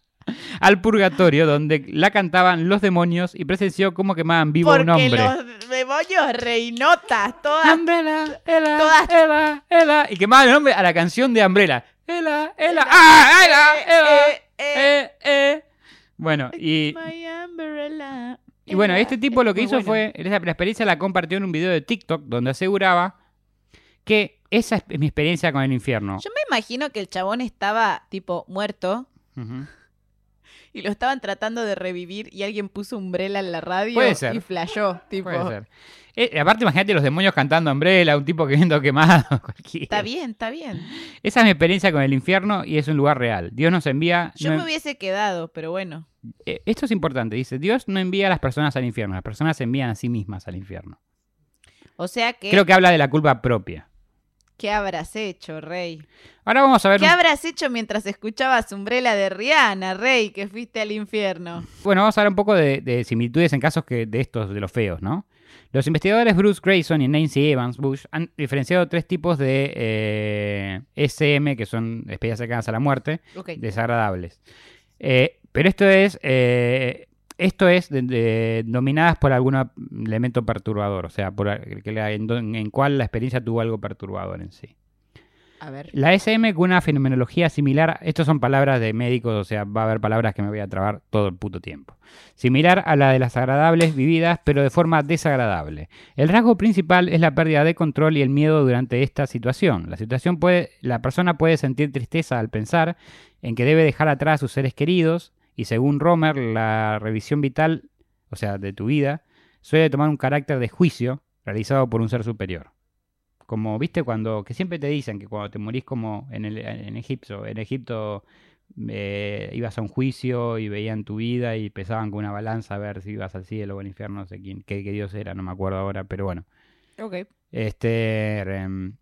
Speaker 1: al purgatorio, donde la cantaban los demonios y presenció cómo quemaban vivo a un
Speaker 2: Porque
Speaker 1: hombre.
Speaker 2: los demonios reinotas, todas.
Speaker 1: Umbrella, Ela,
Speaker 2: Todas.
Speaker 1: Ela, Ela. Y quemaban el nombre a la canción de Umbrella. Ela, Ela, ah, Ela, Ela,
Speaker 2: Eh, eh,
Speaker 1: eh, eh. Bueno, y,
Speaker 2: my umbrella.
Speaker 1: Eh. y bueno,
Speaker 2: Ella.
Speaker 1: este tipo lo que
Speaker 2: Muy
Speaker 1: hizo fue,
Speaker 2: bueno.
Speaker 1: esa- la experiencia la compartió en un video de TikTok donde aseguraba que esa es mi experiencia con el infierno.
Speaker 2: Yo me imagino que el chabón estaba, tipo, muerto.
Speaker 1: Ujú.
Speaker 2: Y lo estaban tratando de revivir y alguien puso umbrella en la radio
Speaker 1: Puede ser.
Speaker 2: y flashó, tipo.
Speaker 1: Puede ser. Eh, aparte, imagínate los demonios cantando Umbrella, un tipo que viendo quemado. cualquiera.
Speaker 2: Está bien, está bien.
Speaker 1: Esa es mi experiencia con el infierno y es un lugar real. Dios nos envía.
Speaker 2: Yo
Speaker 1: no-
Speaker 2: me hubiese quedado, pero bueno.
Speaker 1: Eh, Esto es importante, dice, Dios no envía a las personas al infierno, las personas se envían a sí mismas al infierno.
Speaker 2: O sea que,
Speaker 1: Creo que habla de la culpa propia.
Speaker 2: ¿qué habrás hecho, Rey?
Speaker 1: Ahora vamos a ver...
Speaker 2: ¿Qué
Speaker 1: un-
Speaker 2: habrás hecho mientras escuchabas Umbrella de Rihanna, Rey, que fuiste al infierno?
Speaker 1: Bueno, vamos a hablar un poco de, de similitudes en casos que de estos, de los feos, ¿no? Los investigadores Bruce Grayson y Nancy Evans Bush han diferenciado tres tipos de eh, SM, que son despedidas cercanas a la muerte,
Speaker 2: Ok.
Speaker 1: desagradables. Eh, pero esto es, eh, esto es de- de- dominadas por algún elemento perturbador, o sea, por, al- que la- en, don- en cual la experiencia tuvo algo perturbador en sí.
Speaker 2: A ver.
Speaker 1: La SM con una fenomenología similar, estas son palabras de médicos, o sea, va a haber palabras que me voy a trabar todo el puto tiempo. Similar a la de las agradables vividas, pero de forma desagradable. El rasgo principal es la pérdida de control y el miedo durante esta situación. La situación puede, la persona puede sentir tristeza al pensar en que debe dejar atrás a sus seres queridos y según Romer, la revisión vital, o sea, de tu vida, suele tomar un carácter de juicio realizado por un ser superior. Como viste cuando que siempre te dicen que cuando te morís como en el en Egipto, en Egipto eh, ibas a un juicio y veían tu vida y pesaban con una balanza a ver si ibas al cielo o al infierno, no sé quién, qué, qué dios era, no me acuerdo ahora, pero bueno.
Speaker 2: Ok.
Speaker 1: Este rem,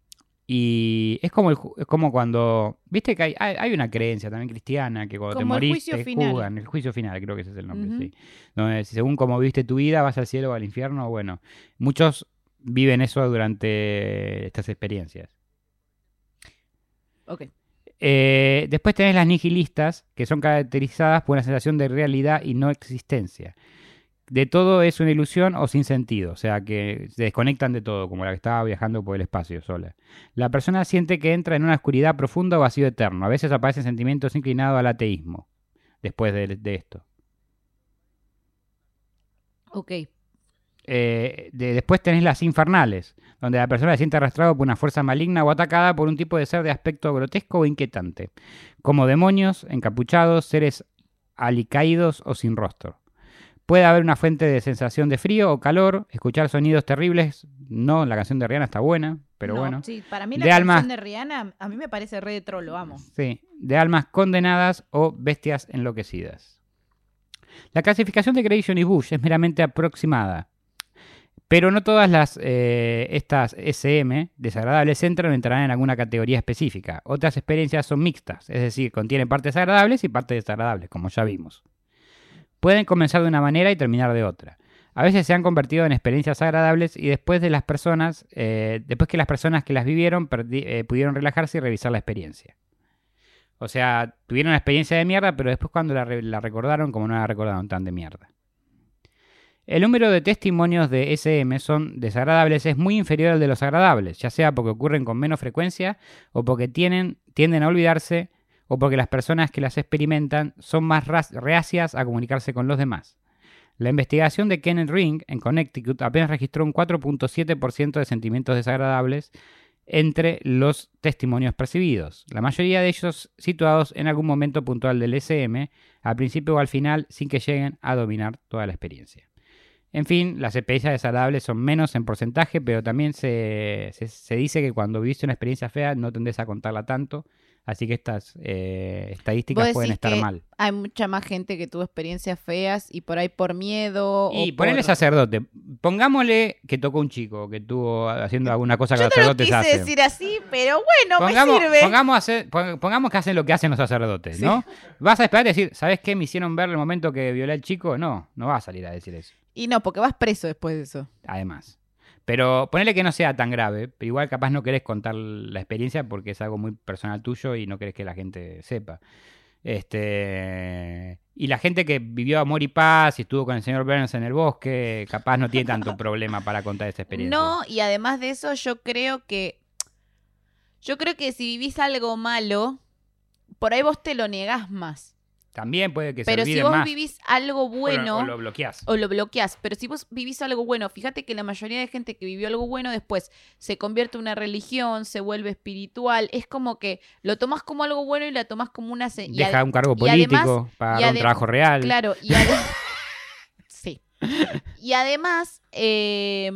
Speaker 1: y es como el ju- es como cuando viste que hay, hay, hay una creencia también cristiana que cuando te
Speaker 2: Como el
Speaker 1: morís
Speaker 2: juicio
Speaker 1: te
Speaker 2: final.
Speaker 1: juzgan, el juicio final, creo que ese es el nombre,
Speaker 2: Ujú.
Speaker 1: sí. Donde si según cómo viste tu vida vas al cielo o al infierno, bueno, muchos viven eso durante estas experiencias.
Speaker 2: Ok.
Speaker 1: Eh, después tenés las nihilistas, que son caracterizadas por una sensación de realidad y no existencia. De todo es una ilusión o sin sentido, o sea que se desconectan de todo, como la que estaba viajando por el espacio sola. La persona siente que entra en una oscuridad profunda o vacío eterno. A veces aparecen sentimientos inclinados al ateísmo después de, de esto.
Speaker 2: Ok.
Speaker 1: Eh, de- después tenés las infernales, donde la persona se siente arrastrado por una fuerza maligna o atacada por un tipo de ser de aspecto grotesco o inquietante, como demonios, encapuchados, seres alicaídos o sin rostro. Puede haber una fuente de sensación de frío o calor, escuchar sonidos terribles. No, la canción de Rihanna está buena, pero
Speaker 2: No,
Speaker 1: bueno.
Speaker 2: Sí, para mí la
Speaker 1: De
Speaker 2: canción
Speaker 1: alma-
Speaker 2: de Rihanna a mí me parece re de trolo, amo.
Speaker 1: Sí, de almas condenadas o bestias enloquecidas. La clasificación de Grayson y Bush es meramente aproximada, pero no todas las eh, estas SM desagradables entran o entrarán en alguna categoría específica. Otras experiencias son mixtas, es decir, contienen partes agradables y partes desagradables, como ya vimos. Pueden comenzar de una manera y terminar de otra. A veces se han convertido en experiencias agradables y después de las personas, eh, después que las personas que las vivieron perdi- eh, pudieron relajarse y revisar la experiencia. O sea, tuvieron una experiencia de mierda, pero después cuando la, re- la recordaron, como no la recordaron tan de mierda. El número de testimonios de SM son desagradables es muy inferior al de los agradables, ya sea porque ocurren con menos frecuencia o porque tienen, tienden a olvidarse o porque las personas que las experimentan son más ras- reacias a comunicarse con los demás. La investigación de Kenneth Ring en Connecticut apenas registró un 4.7% de sentimientos desagradables entre los testimonios percibidos, la mayoría de ellos situados en algún momento puntual del SM, al principio o al final, sin que lleguen a dominar toda la experiencia. En fin, las experiencias desagradables son menos en porcentaje, pero también se, se- se dice que cuando viviste una experiencia fea no tendés a contarla tanto, así que estas eh,
Speaker 2: Vos
Speaker 1: estadísticas pueden
Speaker 2: decís
Speaker 1: estar
Speaker 2: que
Speaker 1: mal.
Speaker 2: Hay mucha más gente que tuvo experiencias feas y por ahí por miedo.
Speaker 1: Y
Speaker 2: o
Speaker 1: ponerle
Speaker 2: por-
Speaker 1: sacerdote. Pongámosle que tocó un chico, que estuvo haciendo alguna cosa que
Speaker 2: Yo
Speaker 1: los
Speaker 2: no lo
Speaker 1: sacerdotes
Speaker 2: quise
Speaker 1: hacen.
Speaker 2: decir así, pero bueno,
Speaker 1: pongamos,
Speaker 2: me sirve.
Speaker 1: pongamos hacer- pong- pongamos que hacen lo que hacen los sacerdotes,
Speaker 2: Sí.
Speaker 1: ¿no? ¿Vas a esperar a decir, ¿sabes qué? Me hicieron ver el momento que violé al chico. No, no va a salir a decir eso,
Speaker 2: Y no, porque vas preso después de eso.
Speaker 1: además. Pero ponele que no sea tan grave, pero igual capaz no querés contar la experiencia porque es algo muy personal tuyo y no querés que la gente sepa. Este y la gente que vivió amor y paz y estuvo con el señor Burns en el bosque, capaz no tiene tanto problema para contar esa experiencia.
Speaker 2: No, y además de eso, yo creo que. Yo creo que si vivís algo malo, por ahí vos te lo negás más.
Speaker 1: También puede que
Speaker 2: Pero
Speaker 1: se
Speaker 2: si
Speaker 1: olviden
Speaker 2: vos
Speaker 1: más.
Speaker 2: vivís algo
Speaker 1: o lo-
Speaker 2: bueno.
Speaker 1: o lo bloqueás.
Speaker 2: o lo bloqueás. Pero si vos vivís algo bueno, fíjate que la mayoría de gente que vivió algo bueno después se convierte en una religión, se vuelve espiritual. Es como que lo tomás como algo bueno y la tomás como una... se- y
Speaker 1: deja
Speaker 2: ade-
Speaker 1: un cargo
Speaker 2: y además-
Speaker 1: político, para
Speaker 2: y
Speaker 1: un
Speaker 2: ade-
Speaker 1: trabajo real.
Speaker 2: Claro, y ade- Sí. Y además, eh,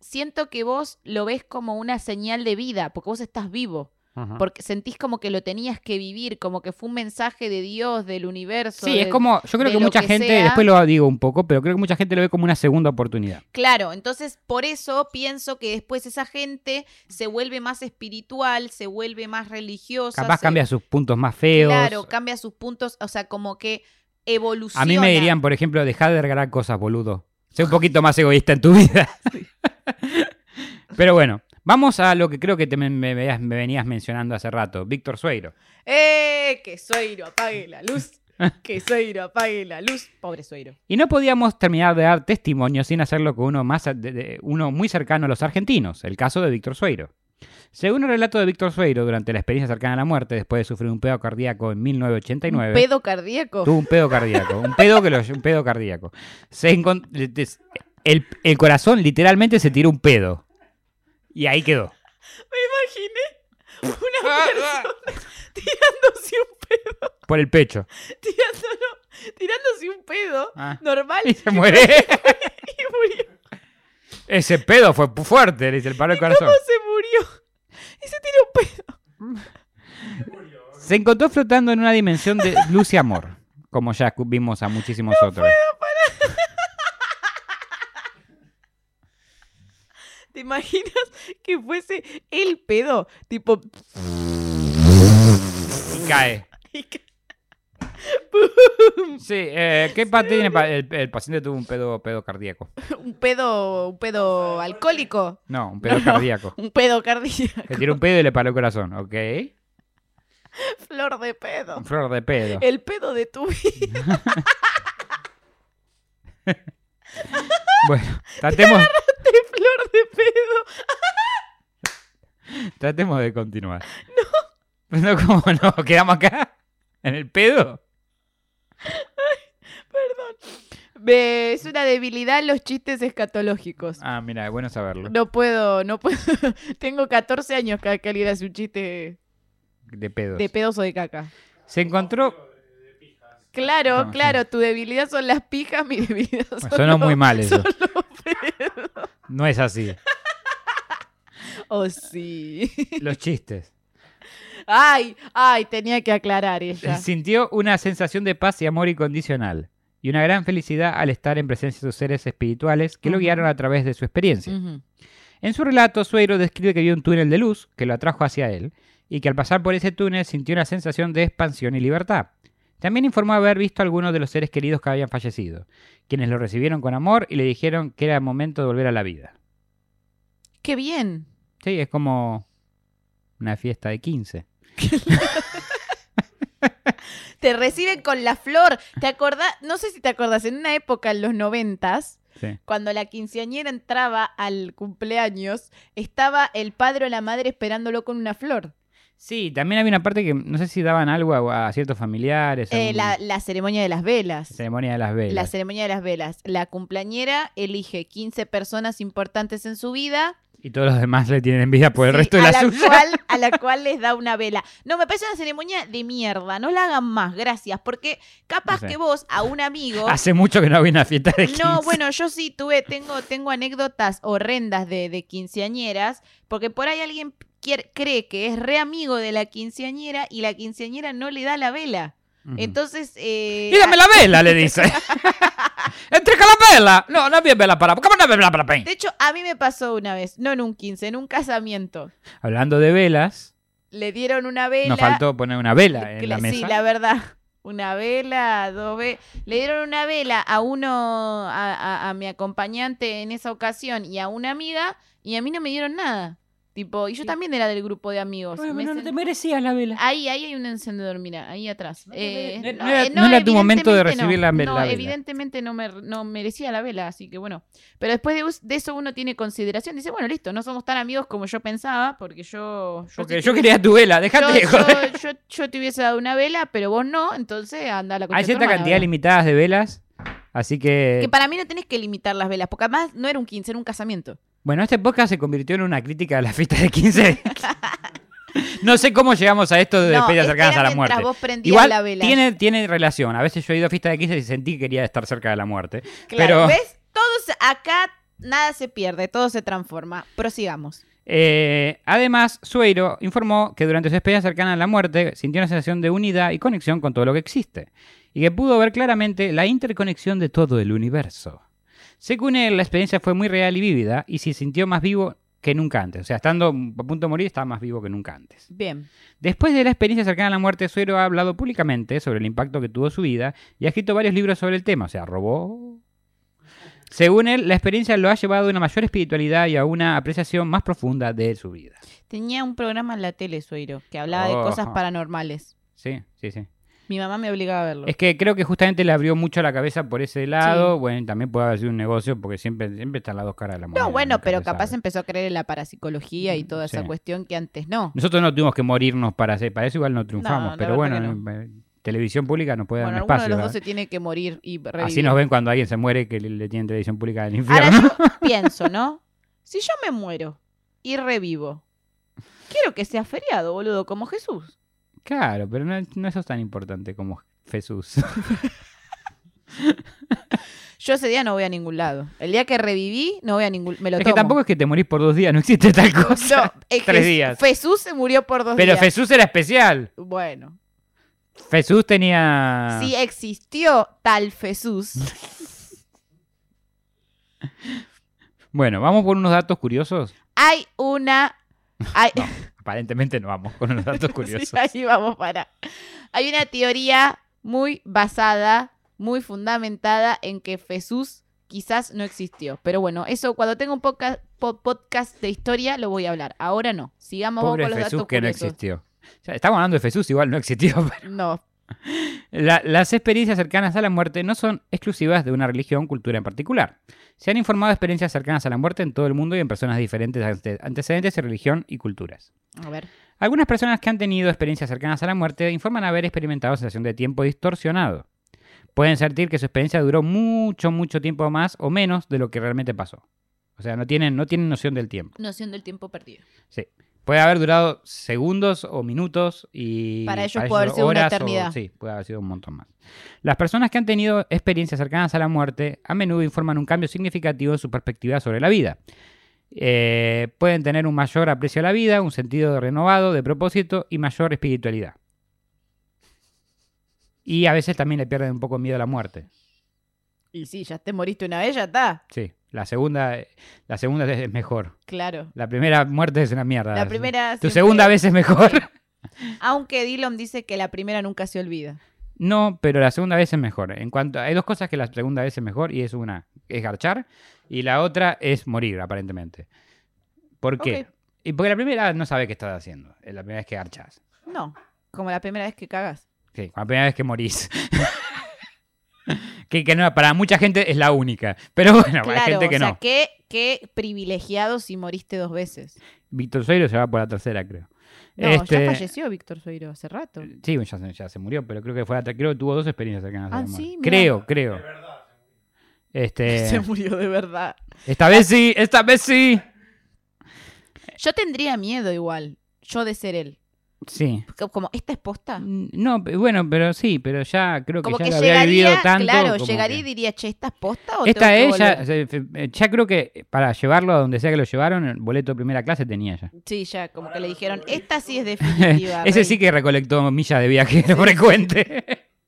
Speaker 2: siento que vos lo ves como una señal de vida, porque vos estás vivo.
Speaker 1: Ajá.
Speaker 2: Porque sentís como que lo tenías que vivir, como que fue un mensaje de Dios, del universo.
Speaker 1: Sí, es
Speaker 2: de-
Speaker 1: como, yo creo
Speaker 2: de
Speaker 1: que
Speaker 2: lo
Speaker 1: mucha
Speaker 2: que
Speaker 1: gente,
Speaker 2: sea.
Speaker 1: después lo digo un poco, pero creo que mucha gente lo ve como una segunda oportunidad.
Speaker 2: Claro, entonces por eso pienso que después esa gente se vuelve más espiritual, se vuelve más religiosa.
Speaker 1: Capaz
Speaker 2: se-
Speaker 1: cambia sus puntos más feos.
Speaker 2: Claro, cambia sus puntos, o sea, como que evoluciona.
Speaker 1: a mí me dirían, por ejemplo, dejá de regalar cosas, boludo. Sé un poquito más egoísta en tu vida. Pero bueno, vamos a lo que creo que te me, me veas- me venías mencionando hace rato, Víctor Sueiro.
Speaker 2: ¡Eh! Que Sueiro apague la luz. Que Sueiro apague la luz. Pobre Sueiro.
Speaker 1: Y no podíamos terminar de dar testimonio sin hacerlo con uno, más, a- de- de- uno muy cercano a los argentinos, el caso de Víctor Sueiro. Según el relato de Víctor Sueiro, durante la experiencia cercana a la muerte, después de sufrir un pedo cardíaco en 1989,
Speaker 2: ¿Un pedo cardíaco?
Speaker 1: tuvo un pedo cardíaco, un pedo, que lo, un pedo cardíaco. Se encon- el, el corazón literalmente se tiró un pedo. Y ahí quedó.
Speaker 2: Me imaginé una persona tirándose un pedo,
Speaker 1: Por el pecho.
Speaker 2: tirándolo, tirándose un pedo
Speaker 1: Ah.
Speaker 2: normal
Speaker 1: Y se muere.
Speaker 2: y murió.
Speaker 1: Ese pedo fue pu- fuerte, le dice el paro del corazón.
Speaker 2: ¿Cómo se murió? Y se tiró un pedo.
Speaker 1: Se encontró flotando en una dimensión de luz y amor, como ya cu- vimos a muchísimos otros.
Speaker 2: ¿Te imaginas que fuese el pedo? Tipo.
Speaker 1: Y cae.
Speaker 2: y ca-
Speaker 1: Sí, eh, ¿qué parte tiene? pa- el, el paciente tuvo un pedo, pedo cardíaco.
Speaker 2: Un pedo. Un pedo alcohólico.
Speaker 1: No, un pedo
Speaker 2: No, no,
Speaker 1: cardíaco.
Speaker 2: Un pedo cardíaco.
Speaker 1: Le tiró un pedo y le paró el corazón, ¿ok?
Speaker 2: Flor de pedo.
Speaker 1: Flor de pedo.
Speaker 2: El pedo de tu vida.
Speaker 1: Bueno, tratemos,
Speaker 2: Flor de pedo.
Speaker 1: tratemos de continuar. No. ¿Cómo no? ¿Quedamos acá? ¿En el pedo?
Speaker 2: Ve, Es una debilidad los chistes escatológicos.
Speaker 1: Ah, mira, es bueno saberlo.
Speaker 2: No puedo, no puedo. Tengo 14 años cada que alguien hace un chiste
Speaker 1: De pedos.
Speaker 2: de pedos o de caca.
Speaker 1: Se encontró...
Speaker 2: Claro,
Speaker 1: No,
Speaker 2: claro, tu debilidad son las pijas, mi debilidad son
Speaker 1: Bueno, sonó
Speaker 2: los-
Speaker 1: muy mal eso.
Speaker 2: son los pedos.
Speaker 1: No es así.
Speaker 2: Oh, sí.
Speaker 1: Los chistes.
Speaker 2: Ay, ay, tenía que aclarar
Speaker 1: Eh,
Speaker 2: ella.
Speaker 1: Sintió una sensación de paz y amor incondicional y una gran felicidad al estar en presencia de sus seres espirituales que lo
Speaker 2: Ujú.
Speaker 1: guiaron a través de su experiencia.
Speaker 2: Ujú.
Speaker 1: En su relato, Suero describe que vio un túnel de luz que lo atrajo hacia él y que al pasar por ese túnel sintió una sensación de expansión y libertad. También informó haber visto a algunos de los seres queridos que habían fallecido, quienes lo recibieron con amor y le dijeron que era momento de volver a la vida.
Speaker 2: Qué bien.
Speaker 1: Sí, es como una fiesta de 15.
Speaker 2: Te reciben con la flor. ¿Te acordás? No sé si te acordás, en una época, en los noventas,
Speaker 1: Sí.
Speaker 2: cuando la quinceañera entraba al cumpleaños, estaba el padre o la madre esperándolo con una flor.
Speaker 1: Sí, también había una parte que no sé si daban algo a, a ciertos familiares.
Speaker 2: Eh,
Speaker 1: algún-
Speaker 2: la, la ceremonia de las velas.
Speaker 1: Ceremonia de las velas.
Speaker 2: La ceremonia de las velas. La cumpleañera elige 15 personas importantes en su vida.
Speaker 1: Y todos los demás le tienen envidia por el
Speaker 2: sí,
Speaker 1: resto
Speaker 2: a
Speaker 1: de la,
Speaker 2: la
Speaker 1: suya.
Speaker 2: Cual, a la cual les da una vela. No, me parece una ceremonia de mierda. No la hagan más, gracias. Porque capaz
Speaker 1: No sé.
Speaker 2: que vos a un amigo.
Speaker 1: Hace mucho que no había una fiesta de 15.
Speaker 2: No, bueno, yo sí tuve, tengo, tengo anécdotas horrendas de, de quinceañeras, porque por ahí alguien quiere- cree que es re amigo de la quinceañera y la quinceañera no le da la vela.
Speaker 1: Ujú.
Speaker 2: Entonces, eh,
Speaker 1: Y dame la vela, le dice. ¡Entrega la vela! No, no había vela para... ¿Cómo no había vela para Pain?
Speaker 2: De hecho, a mí me pasó una vez, no en un 15, en un casamiento.
Speaker 1: Hablando de velas,
Speaker 2: Le dieron una vela.
Speaker 1: nos faltó poner una vela
Speaker 2: que
Speaker 1: en
Speaker 2: le-
Speaker 1: la mesa.
Speaker 2: Sí, la verdad. Una vela, dos ve- Le dieron una vela a uno, a, a- a mi acompañante en esa ocasión y a una amiga, y a mí no me dieron nada. Tipo, y yo también era del grupo de amigos.
Speaker 1: Bueno,
Speaker 2: Me
Speaker 1: pero no
Speaker 2: sen-
Speaker 1: te merecías la vela.
Speaker 2: Ahí, ahí hay un encendedor, mira, ahí atrás. Eh,
Speaker 1: no- no era-
Speaker 2: eh,
Speaker 1: no era tu momento de
Speaker 2: evidentemente
Speaker 1: recibir la ve-
Speaker 2: no,
Speaker 1: la vela.
Speaker 2: evidentemente no, me, no merecía la vela, así que bueno. Pero después de, us- de eso uno tiene consideración. Dice, bueno, listo, no somos tan amigos como yo pensaba, porque yo... yo
Speaker 1: Porque
Speaker 2: sí
Speaker 1: yo
Speaker 2: tuve-
Speaker 1: quería tu vela, déjate de
Speaker 2: yo,
Speaker 1: joder.
Speaker 2: yo- yo- yo te hubiese dado una vela, pero vos no, entonces anda a la ¿eh? concha
Speaker 1: Hay
Speaker 2: de tu
Speaker 1: cierta
Speaker 2: hermana,
Speaker 1: cantidad
Speaker 2: ¿verdad?
Speaker 1: limitada de velas, así que...
Speaker 2: Que para mí no tenés que limitar las velas, porque además no era un 15, era un casamiento.
Speaker 1: Bueno, este podcast se convirtió en una crítica a la fiesta de 15. no sé cómo llegamos a esto de
Speaker 2: no,
Speaker 1: despedidas
Speaker 2: es que
Speaker 1: cercanas
Speaker 2: era
Speaker 1: a la
Speaker 2: mientras
Speaker 1: muerte.
Speaker 2: vos prendías
Speaker 1: Igual
Speaker 2: la vela.
Speaker 1: Tiene, tiene relación. A veces yo he ido a fiestas de 15 y sentí que quería estar cerca de la muerte.
Speaker 2: Claro,
Speaker 1: pero
Speaker 2: ¿ves? Todos acá nada se pierde, todo se transforma. Prosigamos.
Speaker 1: eh, además, Sueiro informó que durante su despedida cercana a la muerte sintió una sensación de unidad y conexión con todo lo que existe. Y que pudo ver claramente la interconexión de todo el universo. Según él, la experiencia fue muy real y vívida y se sintió más vivo que nunca antes. O sea, estando a punto de morir, estaba más vivo que nunca antes.
Speaker 2: Bien.
Speaker 1: Después de la experiencia cercana a la muerte, Suero ha hablado públicamente sobre el impacto que tuvo su vida y ha escrito varios libros sobre el tema. O sea, robó. Según él, la experiencia lo ha llevado a una mayor espiritualidad y a una apreciación más profunda de su vida.
Speaker 2: Tenía un programa en la tele, Suero, que hablaba de
Speaker 1: Oh.
Speaker 2: cosas paranormales.
Speaker 1: Sí, sí, sí.
Speaker 2: Mi mamá me obligaba a verlo.
Speaker 1: Es que creo que justamente le abrió mucho la cabeza por ese lado. Bueno, también puede haber sido un negocio porque siempre, siempre están las dos caras de la moneda.
Speaker 2: No, bueno,
Speaker 1: nunca
Speaker 2: pero
Speaker 1: se
Speaker 2: capaz
Speaker 1: sabe. Mm,
Speaker 2: empezó a creer en la parapsicología y toda esa
Speaker 1: sí.
Speaker 2: cuestión que antes no.
Speaker 1: Nosotros no tuvimos que morirnos para hacer, para eso igual no triunfamos.
Speaker 2: la
Speaker 1: pero bueno,
Speaker 2: verdad que
Speaker 1: eh, televisión pública nos puede
Speaker 2: Bueno,
Speaker 1: dar un
Speaker 2: alguno
Speaker 1: espacio.
Speaker 2: de los dos
Speaker 1: ¿verdad?
Speaker 2: se tiene que morir y revivir.
Speaker 1: Así nos ven cuando alguien se muere que le, le tienen televisión pública del infierno.
Speaker 2: Ahora yo pienso, ¿no? Si yo me muero y revivo, quiero que sea feriado, boludo, como Jesús.
Speaker 1: Claro, pero no, no eso es tan importante como Jesús.
Speaker 2: Yo ese día no voy a ningún lado. El día que reviví, no voy a ningún... Me lo
Speaker 1: es que
Speaker 2: tomo.
Speaker 1: tampoco es que te morís por dos días, no existe tal cosa.
Speaker 2: No, eh,
Speaker 1: Tres
Speaker 2: Jes-
Speaker 1: días.
Speaker 2: Jesús se murió por dos
Speaker 1: pero
Speaker 2: días.
Speaker 1: Jesús era especial.
Speaker 2: Bueno,
Speaker 1: Jesús tenía...
Speaker 2: si existió tal Jesús,
Speaker 1: Bueno, vamos por unos datos curiosos.
Speaker 2: hay una... Hay...
Speaker 1: Aparentemente no vamos con unos datos
Speaker 2: Sí,
Speaker 1: curiosos.
Speaker 2: ahí vamos para. Hay una teoría muy basada, muy fundamentada en que Jesús quizás no existió. Pero bueno, eso cuando tengo un poca- po- podcast de historia lo voy a hablar. Ahora no. Sigamos vos
Speaker 1: Pobre
Speaker 2: con los
Speaker 1: Jesús
Speaker 2: datos
Speaker 1: que no
Speaker 2: curiosos.
Speaker 1: existió. O sea, estamos hablando de Jesús, igual no existió.
Speaker 2: No.
Speaker 1: La- las experiencias cercanas a la muerte no son exclusivas de una religión o cultura en particular. Se han informado de experiencias cercanas a la muerte en todo el mundo y en personas de diferentes ante- antecedentes en religión y culturas.
Speaker 2: A ver.
Speaker 1: Algunas personas que han tenido experiencias cercanas a la muerte informan haber experimentado sensación de tiempo distorsionado. Pueden sentir que su experiencia duró mucho, mucho tiempo más o menos de lo que realmente pasó. O sea, no tienen, no tienen noción del tiempo.
Speaker 2: Noción del tiempo perdido.
Speaker 1: Sí. Puede haber durado segundos o minutos y...
Speaker 2: Para ellos puede haber sido una
Speaker 1: horas o-
Speaker 2: eternidad.
Speaker 1: sí, puede haber sido un montón más. Las personas que han tenido experiencias cercanas a la muerte a menudo informan un cambio significativo en su perspectiva sobre la vida. Eh, pueden tener un mayor aprecio a la vida, un sentido renovado de propósito y mayor espiritualidad. Y a veces también le pierden un poco miedo a la muerte.
Speaker 2: Y sí, ya te moriste una vez, ya está.
Speaker 1: Sí, la segunda, la segunda es mejor.
Speaker 2: Claro.
Speaker 1: La primera muerte es una mierda.
Speaker 2: La primera
Speaker 1: Tu
Speaker 2: siempre-
Speaker 1: segunda vez es mejor.
Speaker 2: Aunque Dillon dice que la primera nunca se olvida.
Speaker 1: No, pero la segunda vez es mejor. En cuanto hay dos cosas que la segunda vez es mejor y es una es garchar y la otra es morir aparentemente. ¿Por qué?
Speaker 2: Ok.
Speaker 1: Y porque la primera no sabe qué estás haciendo. Es la primera vez que garchas.
Speaker 2: No. Como la primera vez que cagas.
Speaker 1: Sí, la primera vez que morís. que, que no, para mucha gente es la única. Pero Ah, bueno,
Speaker 2: claro,
Speaker 1: hay gente que
Speaker 2: o sea,
Speaker 1: no.
Speaker 2: qué, qué privilegiado si moriste dos veces.
Speaker 1: Víctor Soiro se va por la tercera, creo.
Speaker 2: No,
Speaker 1: Este-
Speaker 2: ya falleció Víctor Soiro hace rato.
Speaker 1: Sí, ya, se- ya se murió, pero creo que fue la ter- creo que tuvo dos experiencias cercanas a
Speaker 2: Ah,
Speaker 1: la muerte.
Speaker 2: sí, mirá.
Speaker 1: creo, creo. Este,
Speaker 2: Se murió de verdad.
Speaker 1: esta vez sí, esta vez sí.
Speaker 2: Yo tendría miedo igual, yo de ser él.
Speaker 1: Sí.
Speaker 2: Co- Como, ¿esta es posta?
Speaker 1: Mm, No, pe- bueno, pero sí, pero ya creo que
Speaker 2: Como
Speaker 1: ya
Speaker 2: que,
Speaker 1: lo había vivido
Speaker 2: llegaría,
Speaker 1: tanto.
Speaker 2: claro,
Speaker 1: como
Speaker 2: llegaría y
Speaker 1: que-
Speaker 2: diría, che, ¿esta es posta o
Speaker 1: Esta
Speaker 2: tengo
Speaker 1: es,
Speaker 2: que
Speaker 1: ya,
Speaker 2: volver?
Speaker 1: se- fe- ya creo que para llevarlo a donde sea que lo llevaron, el boleto de primera clase tenía ya.
Speaker 2: Sí, ya, como que le dijeron, esta sí es definitiva.
Speaker 1: Ese
Speaker 2: rey".
Speaker 1: sí que recolectó millas de viaje frecuente.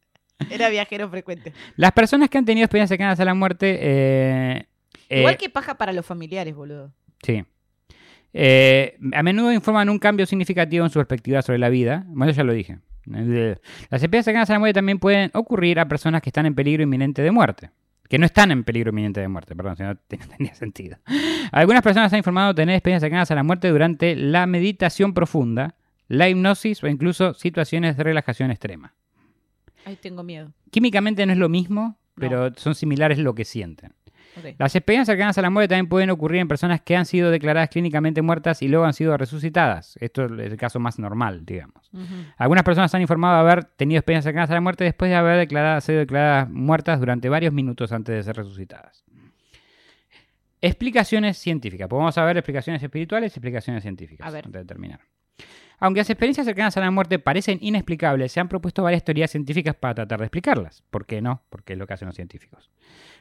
Speaker 2: Era viajero frecuente.
Speaker 1: Las personas que han tenido experiencias cercanas a la muerte. eh, eh,
Speaker 2: Igual que paja para los familiares, boludo.
Speaker 1: Sí. Eh, a menudo informan un cambio significativo en su perspectiva sobre la vida. Bueno, eso ya lo dije. Las experiencias cercanas a la muerte también pueden ocurrir a personas que están en peligro inminente de muerte. Que no están en peligro inminente de muerte, perdón, si no, te- no tenía sentido. Algunas personas han informado de tener experiencias cercanas a la muerte durante la meditación profunda, la hipnosis o incluso situaciones de relajación extrema.
Speaker 2: Ay, tengo miedo.
Speaker 1: Químicamente no es lo mismo, pero son similares lo que sienten.
Speaker 2: Ok.
Speaker 1: Las experiencias cercanas a la muerte también pueden ocurrir en personas que han sido declaradas clínicamente muertas y luego han sido resucitadas. Esto es el caso más normal, digamos.
Speaker 2: Ujú.
Speaker 1: Algunas personas han informado de haber tenido experiencias cercanas a la muerte después de haber declarado, sido declaradas muertas durante varios minutos antes de ser resucitadas. Explicaciones científicas. Pues Podemos saber explicaciones espirituales y explicaciones científicas
Speaker 2: A ver.
Speaker 1: antes de terminar. Aunque las experiencias cercanas a la muerte parecen inexplicables, se han propuesto varias teorías científicas para tratar de explicarlas. ¿Por qué no? Porque es lo que hacen los científicos.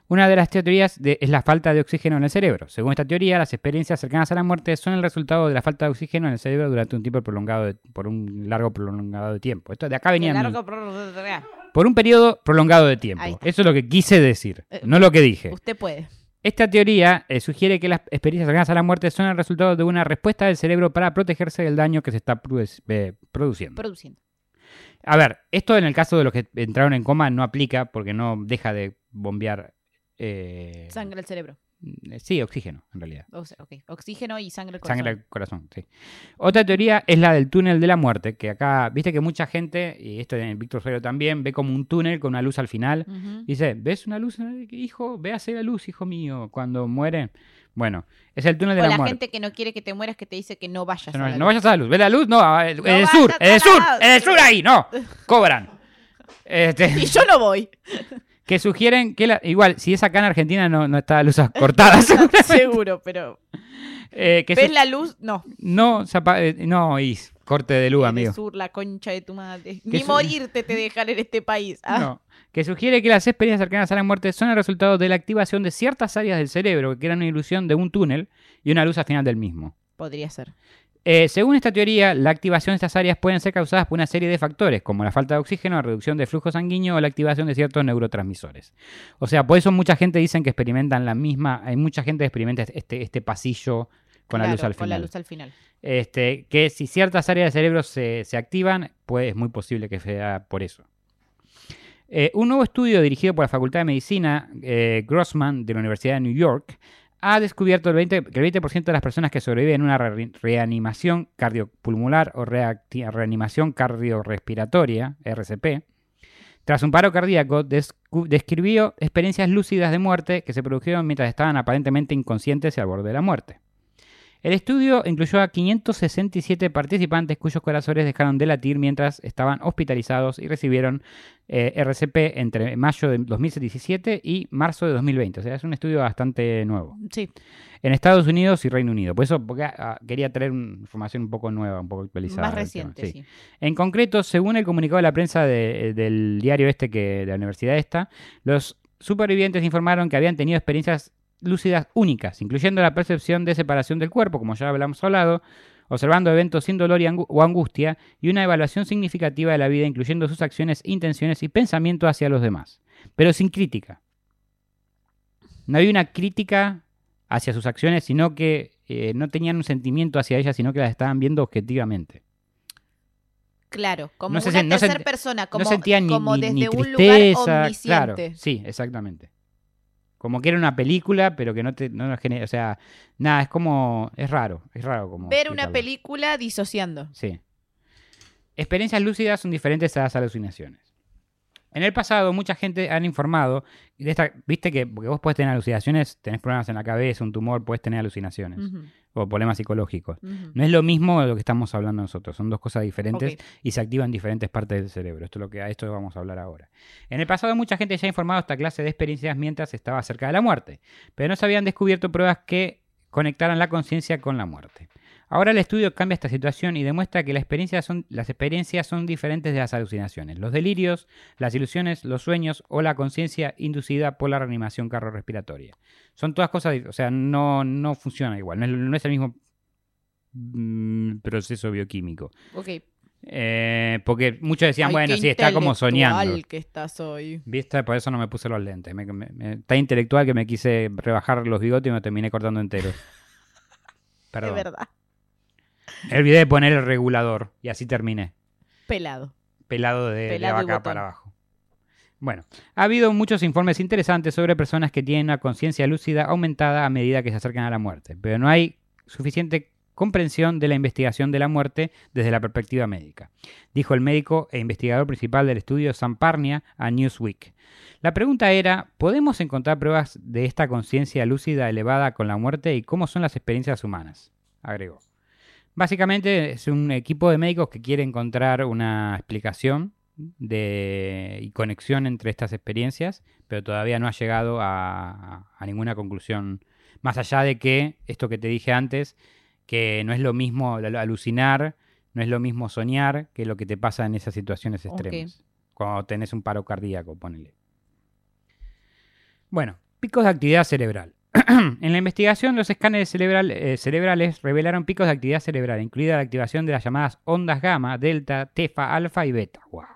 Speaker 1: Una de las teorías de- es la falta de oxígeno en el cerebro. Según esta teoría, las experiencias cercanas a la muerte son el resultado de la falta de oxígeno en el cerebro durante un tiempo prolongado de- por un largo prolongado de tiempo. Esto de acá venía
Speaker 2: De
Speaker 1: mi-
Speaker 2: largo, prr- prr-
Speaker 1: por un periodo prolongado de tiempo.
Speaker 2: Ahí está.
Speaker 1: Eso es lo que quise decir,
Speaker 2: Eh,
Speaker 1: no lo que dije.
Speaker 2: prr. Usted puede.
Speaker 1: Esta teoría eh, sugiere que las experiencias cercanas a la muerte son el resultado de una respuesta del cerebro para protegerse del daño que se está produ- eh, produciendo.
Speaker 2: Produciendo.
Speaker 1: A ver, esto en el caso de los que entraron en coma no aplica porque no deja de bombear eh,
Speaker 2: Sangre al cerebro.
Speaker 1: eh, Sí, oxígeno, en realidad.
Speaker 2: O sea, ok, Oxígeno y sangre al corazón.
Speaker 1: Sangre al corazón, sí. Otra teoría es la del túnel de la muerte, que acá, viste que mucha gente, y esto en Víctor Suero también, ve como un túnel con una luz al final.
Speaker 2: Ujú.
Speaker 1: Dice, ¿ves una luz? Hijo, ve hacia la luz, hijo mío, cuando mueren. Bueno, es el túnel de
Speaker 2: o
Speaker 1: la
Speaker 2: la
Speaker 1: muerte.
Speaker 2: gente que no quiere que te mueras que te dice que no vayas
Speaker 1: No,
Speaker 2: a la
Speaker 1: no
Speaker 2: luz.
Speaker 1: vayas a la luz. ¿Ves la luz? No, eh, en
Speaker 2: No
Speaker 1: el
Speaker 2: vayas
Speaker 1: sur,
Speaker 2: a
Speaker 1: en el
Speaker 2: la
Speaker 1: sur,
Speaker 2: luz.
Speaker 1: en el sur ahí, no. Cobran.
Speaker 2: Y
Speaker 1: Este,
Speaker 2: yo no voy.
Speaker 1: que sugieren que la- igual, si es acá en Argentina no, no está la luz cortada. seguramente.
Speaker 2: Seguro, pero.
Speaker 1: Eh, que
Speaker 2: ¿Ves
Speaker 1: su-
Speaker 2: la luz? No.
Speaker 1: No, zapa- eh, no, y corte de luz,
Speaker 2: En el
Speaker 1: amigo.
Speaker 2: sur, la concha de tu madre. Ni
Speaker 1: su-
Speaker 2: morirte te dejan en este país. Ah,
Speaker 1: No, que sugiere que las experiencias cercanas a la muerte son el resultado de la activación de ciertas áreas del cerebro que crean una ilusión de un túnel y una luz al final del mismo.
Speaker 2: Podría ser.
Speaker 1: Eh, según esta teoría, la activación de estas áreas pueden ser causadas por una serie de factores, como la falta de oxígeno, la reducción de flujo sanguíneo o la activación de ciertos neurotransmisores. O sea, por eso mucha gente dicen que experimentan la misma, hay mucha gente que experimenta este, este pasillo con la
Speaker 2: Claro,
Speaker 1: luz al
Speaker 2: Con la
Speaker 1: final.
Speaker 2: luz al final.
Speaker 1: Este, que si ciertas áreas del cerebro se, se activan, pues es muy posible que sea por eso. Eh, un nuevo estudio dirigido por la Facultad de Medicina eh, Grossman de la Universidad de New York ha descubierto el 20 que el 20% de las personas que sobreviven a una re- reanimación cardiopulmonar o reacti- reanimación cardiorrespiratoria, RCP, tras un paro cardíaco, descu- describió experiencias lúcidas de muerte que se produjeron mientras estaban aparentemente inconscientes y al borde de la muerte. El estudio incluyó a 567 participantes cuyos corazones dejaron de latir mientras estaban hospitalizados y recibieron eh, RCP entre mayo de 2017 y marzo de 2020. O sea, es un estudio bastante nuevo.
Speaker 2: Sí.
Speaker 1: En Estados Unidos y Reino Unido. Por eso porque, ah, quería traer un- información un poco nueva, un poco actualizada.
Speaker 2: Más
Speaker 1: del
Speaker 2: reciente,
Speaker 1: tema.
Speaker 2: sí.
Speaker 1: Sí. En concreto, según el comunicado de la prensa de- del diario este que, de la universidad esta, los supervivientes informaron que habían tenido experiencias lúcidas únicas, incluyendo la percepción de separación del cuerpo, como ya hablamos hablado, observando eventos sin dolor y angu- o angustia, y una evaluación significativa de la vida, incluyendo sus acciones, intenciones y pensamiento hacia los demás, pero sin crítica. No había una crítica hacia sus acciones, sino que eh, no tenían un sentimiento hacia ellas, sino que las estaban viendo objetivamente.
Speaker 2: Claro, como
Speaker 1: No se
Speaker 2: una
Speaker 1: sen- no
Speaker 2: tercera
Speaker 1: sent-
Speaker 2: persona, como,
Speaker 1: no sentían ni,
Speaker 2: como
Speaker 1: ni-
Speaker 2: desde
Speaker 1: ni
Speaker 2: un
Speaker 1: tristeza,
Speaker 2: lugar omnisciente.
Speaker 1: claro, sí, exactamente. Como que era una película, pero que no te no nos genera, o sea, nada, es como es raro, es raro como
Speaker 2: Ver una
Speaker 1: explicarlo.
Speaker 2: película disociando.
Speaker 1: Sí. Experiencias lúcidas son diferentes a las alucinaciones. En el pasado, mucha gente han informado de esta, viste que porque vos podés tener alucinaciones, tenés problemas en la cabeza, un tumor, podés tener alucinaciones
Speaker 2: Ujú,
Speaker 1: o problemas psicológicos.
Speaker 2: ujú.
Speaker 1: No es lo mismo de lo que estamos hablando nosotros, son dos cosas diferentes
Speaker 2: Ok.
Speaker 1: y se activan diferentes partes del cerebro. Esto es lo que a esto vamos a hablar ahora. En el pasado mucha gente ya ha informado esta clase de experiencias mientras estaba cerca de la muerte, pero no se habían descubierto pruebas que conectaran la conciencia con la muerte. Ahora el estudio cambia esta situación y demuestra que la experiencia son- las experiencias son diferentes de las alucinaciones, los delirios, las ilusiones, los sueños o la conciencia inducida por la reanimación cardiorrespiratoria. Son todas cosas, di- o sea, no, no funciona igual, no es, no es el mismo mm, proceso bioquímico.
Speaker 2: Ok.
Speaker 1: Eh, porque muchos decían,
Speaker 2: Ay,
Speaker 1: bueno,
Speaker 2: qué
Speaker 1: sí, está como
Speaker 2: intelectual
Speaker 1: soñando.
Speaker 2: que estás hoy.
Speaker 1: Viste, por eso no me puse los lentes. Me- me- me- está intelectual que me quise rebajar los bigotes y me terminé cortando enteros. Perdón.
Speaker 2: De verdad.
Speaker 1: Me olvidé de poner el regulador y así terminé.
Speaker 2: Pelado.
Speaker 1: Pelado de, de
Speaker 2: Pelado y
Speaker 1: vaca
Speaker 2: botón.
Speaker 1: para abajo. Bueno, ha habido muchos informes interesantes sobre personas que tienen una conciencia lúcida aumentada a medida que se acercan a la muerte, pero no hay suficiente comprensión de la investigación de la muerte desde la perspectiva médica, dijo el médico e investigador principal del estudio Samparnia a Newsweek. La pregunta era, ¿podemos encontrar pruebas de esta conciencia lúcida elevada con la muerte y cómo son las experiencias humanas? agregó. Básicamente es un equipo de médicos que quiere encontrar una explicación de, y conexión entre estas experiencias, pero todavía no ha llegado a, a ninguna conclusión. Más allá de que esto que te dije antes, que no es lo mismo al- alucinar, no es lo mismo soñar que lo que te pasa en esas situaciones
Speaker 2: Ok.
Speaker 1: extremas. Cuando tenés un paro cardíaco, ponele. Bueno, picos de actividad cerebral. en la investigación, los escáneres cerebral- eh, cerebrales revelaron picos de actividad cerebral, incluida la activación de las llamadas ondas gamma, delta, tefa, alfa y beta. ¡Guau!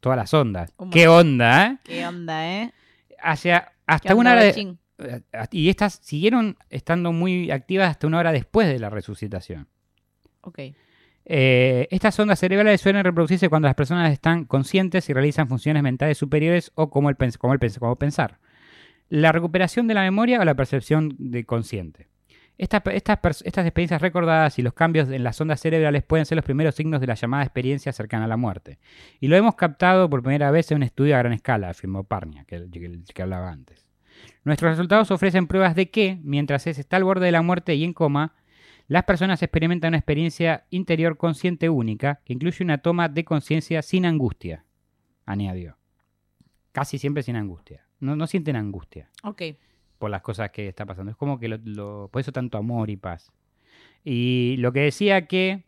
Speaker 1: Todas las ondas.
Speaker 2: Oh my-
Speaker 1: ¡Qué onda, eh!
Speaker 2: ¿Qué onda, eh?
Speaker 1: Hacia,
Speaker 2: ¿Qué
Speaker 1: hasta
Speaker 2: onda,
Speaker 1: una hora. de-
Speaker 2: guachín?
Speaker 1: eh, y estas siguieron estando muy activas hasta una hora después de la resucitación.
Speaker 2: Ok.
Speaker 1: Eh, estas ondas cerebrales suelen reproducirse cuando las personas están conscientes y realizan funciones mentales superiores o como, el pens- como el pens- como pensar. la recuperación de la memoria o la percepción de consciente. Estas, pe- estas pers- estas experiencias recordadas y los cambios en las ondas cerebrales pueden ser los primeros signos de la llamada experiencia cercana a la muerte. Y lo hemos captado por primera vez en un estudio a gran escala, afirmó Parnia, que, que- que hablaba antes. Nuestros resultados ofrecen pruebas de que, mientras se está al borde de la muerte y en coma, las personas experimentan una experiencia interior consciente única que incluye una toma de conciencia sin angustia, añadió. Casi siempre sin angustia. No, no sienten angustia
Speaker 2: Ok.
Speaker 1: por las cosas que está pasando. Es como que lo, lo- por eso tanto amor y paz. Y lo que decía que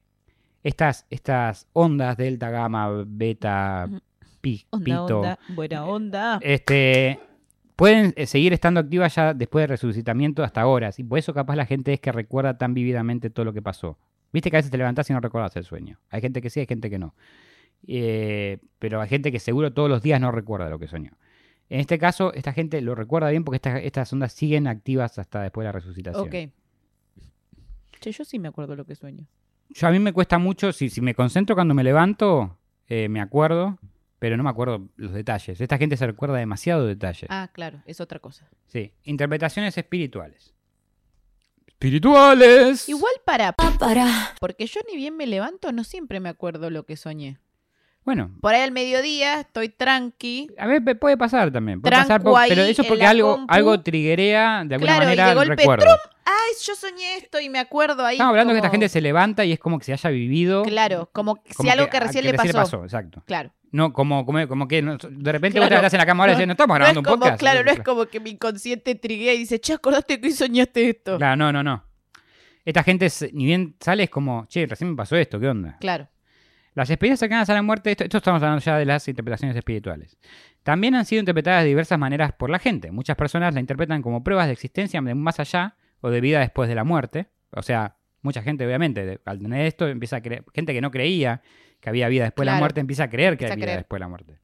Speaker 1: estas, estas ondas delta, gamma, beta,
Speaker 2: Ujú.
Speaker 1: pi-
Speaker 2: Onda,
Speaker 1: pito,
Speaker 2: onda. Buena onda.
Speaker 1: este, pueden eh, seguir estando activas ya después del resucitamiento hasta horas. Y por eso capaz la gente es que recuerda tan vívidamente todo lo que pasó. Viste que a veces te levantás y no recordás el sueño. Hay gente que sí, hay gente que no. Eh, pero hay gente que seguro todos los días no recuerda lo que soñó. En este caso, esta gente lo recuerda bien porque estas- estas ondas siguen activas hasta después de la resucitación.
Speaker 2: Ok. Che, yo sí me acuerdo lo que sueño.
Speaker 1: Yo a mí me cuesta mucho, si, si me concentro cuando me levanto, eh, me acuerdo, pero no me acuerdo los detalles. Esta gente se recuerda demasiado detalles.
Speaker 2: Ah, claro, es otra cosa.
Speaker 1: Sí, interpretaciones espirituales. Espirituales.
Speaker 2: Igual para,
Speaker 6: Para.
Speaker 2: porque yo ni bien me levanto, no siempre me acuerdo lo que soñé.
Speaker 1: Bueno,
Speaker 2: Por ahí al mediodía estoy tranqui.
Speaker 1: a ver, pe- puede pasar también. Puede
Speaker 2: Tranco
Speaker 1: pasar po-
Speaker 2: ahí
Speaker 1: pero eso es
Speaker 2: en
Speaker 1: porque
Speaker 2: la
Speaker 1: algo,
Speaker 2: compu.
Speaker 1: algo triguea de alguna
Speaker 2: Claro, y
Speaker 1: manera
Speaker 2: de
Speaker 1: el
Speaker 2: golpe,
Speaker 1: recuerdo.
Speaker 2: ¡trum! Ay, yo soñé esto y me acuerdo ahí.
Speaker 1: Estamos hablando que esta
Speaker 2: como-
Speaker 1: gente se levanta y es como que se haya vivido.
Speaker 2: Claro, como,
Speaker 1: como
Speaker 2: si algo que, recién le pasó.
Speaker 1: Exacto.
Speaker 2: Claro.
Speaker 1: No, como, como, como que no- de repente vos te
Speaker 2: Claro.
Speaker 1: levantás en la cama ahora y decís, no estamos
Speaker 2: No es
Speaker 1: grabando un
Speaker 2: como,
Speaker 1: podcast.
Speaker 2: claro, no es como que mi inconsciente triguea y dice, che, acordaste que hoy soñaste esto. Claro.
Speaker 1: Claro, no, no, no. Esta gente, se- ni bien sale, es como, che, recién me pasó esto, ¿qué onda? Las experiencias cercanas a la muerte, esto, esto estamos hablando ya de las interpretaciones espirituales, también han sido interpretadas de diversas maneras por la gente. Muchas personas la interpretan como pruebas de existencia de un más allá o de vida después de la muerte. O sea, mucha gente, obviamente, de- al tener esto, empieza a creer, gente que no creía que había vida después de la
Speaker 2: Claro.
Speaker 1: muerte, empieza a creer que hay
Speaker 2: Empieza a
Speaker 1: vida
Speaker 2: creer.
Speaker 1: después de la muerte.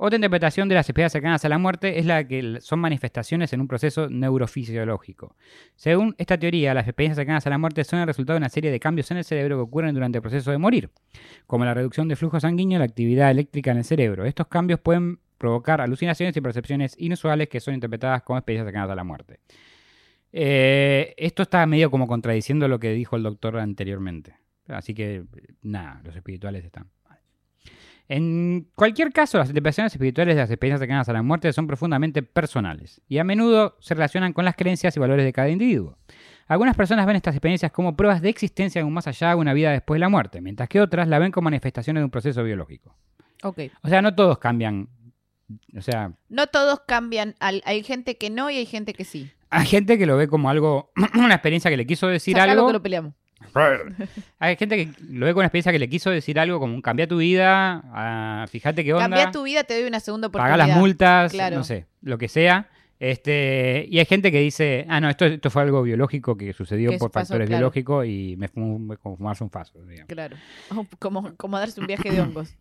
Speaker 1: Otra interpretación de las experiencias cercanas a la muerte es la que l- son manifestaciones en un proceso neurofisiológico. Según esta teoría, las experiencias cercanas a la muerte son el resultado de una serie de cambios en el cerebro que ocurren durante el proceso de morir, como la reducción de flujo sanguíneo y la actividad eléctrica en el cerebro. Estos cambios pueden provocar alucinaciones y percepciones inusuales que son interpretadas como experiencias cercanas a la muerte. Eh, esto está medio como contradiciendo lo que dijo el doctor anteriormente. Así que, nada, los espirituales están mal. En cualquier caso, las interpretaciones espirituales de las experiencias cercanas a la muerte son profundamente personales y a menudo se relacionan con las creencias y valores de cada individuo. Algunas personas ven estas experiencias como pruebas de existencia de un más allá, una vida después de la muerte, mientras que otras la ven como manifestaciones de un proceso biológico.
Speaker 2: Ok.
Speaker 1: O sea, no todos cambian. O sea,
Speaker 2: No todos cambian. al- hay gente que no y hay gente que sí.
Speaker 1: hay gente que lo ve como algo, una experiencia que le quiso decir
Speaker 2: Sacalo
Speaker 1: algo.
Speaker 2: que lo peleamos.
Speaker 1: Hay gente que lo ve con una experiencia que le quiso decir algo como un cambia tu vida, ah, fíjate qué onda,
Speaker 2: Cambia tu vida, te doy una segunda oportunidad.
Speaker 1: paga las multas,
Speaker 2: Claro.
Speaker 1: no sé, lo que sea. Este, y hay gente que dice, ah, no, esto, esto fue algo biológico que sucedió
Speaker 2: Que
Speaker 1: por
Speaker 2: pasó,
Speaker 1: factores
Speaker 2: claro.
Speaker 1: biológicos y me fumé como fumarse un faso. digamos.
Speaker 2: Claro. Oh, Como, como darse un viaje de hongos.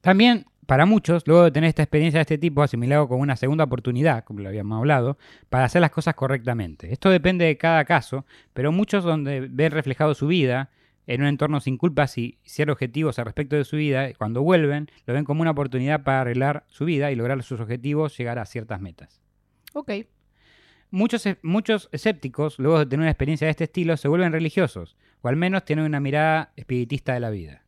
Speaker 1: También, para muchos, luego de tener esta experiencia de este tipo, asimilado con una segunda oportunidad, como lo habíamos hablado, para hacer las cosas correctamente. Esto depende de cada caso, pero muchos donde ven reflejado su vida en un entorno sin culpas y ser objetivos al respecto de su vida, cuando vuelven, lo ven como una oportunidad para arreglar su vida y lograr sus objetivos, llegar a ciertas metas.
Speaker 2: Ok.
Speaker 1: Muchos, muchos escépticos, luego de tener una experiencia de este estilo, se vuelven religiosos, o al menos tienen una mirada espiritista de la vida.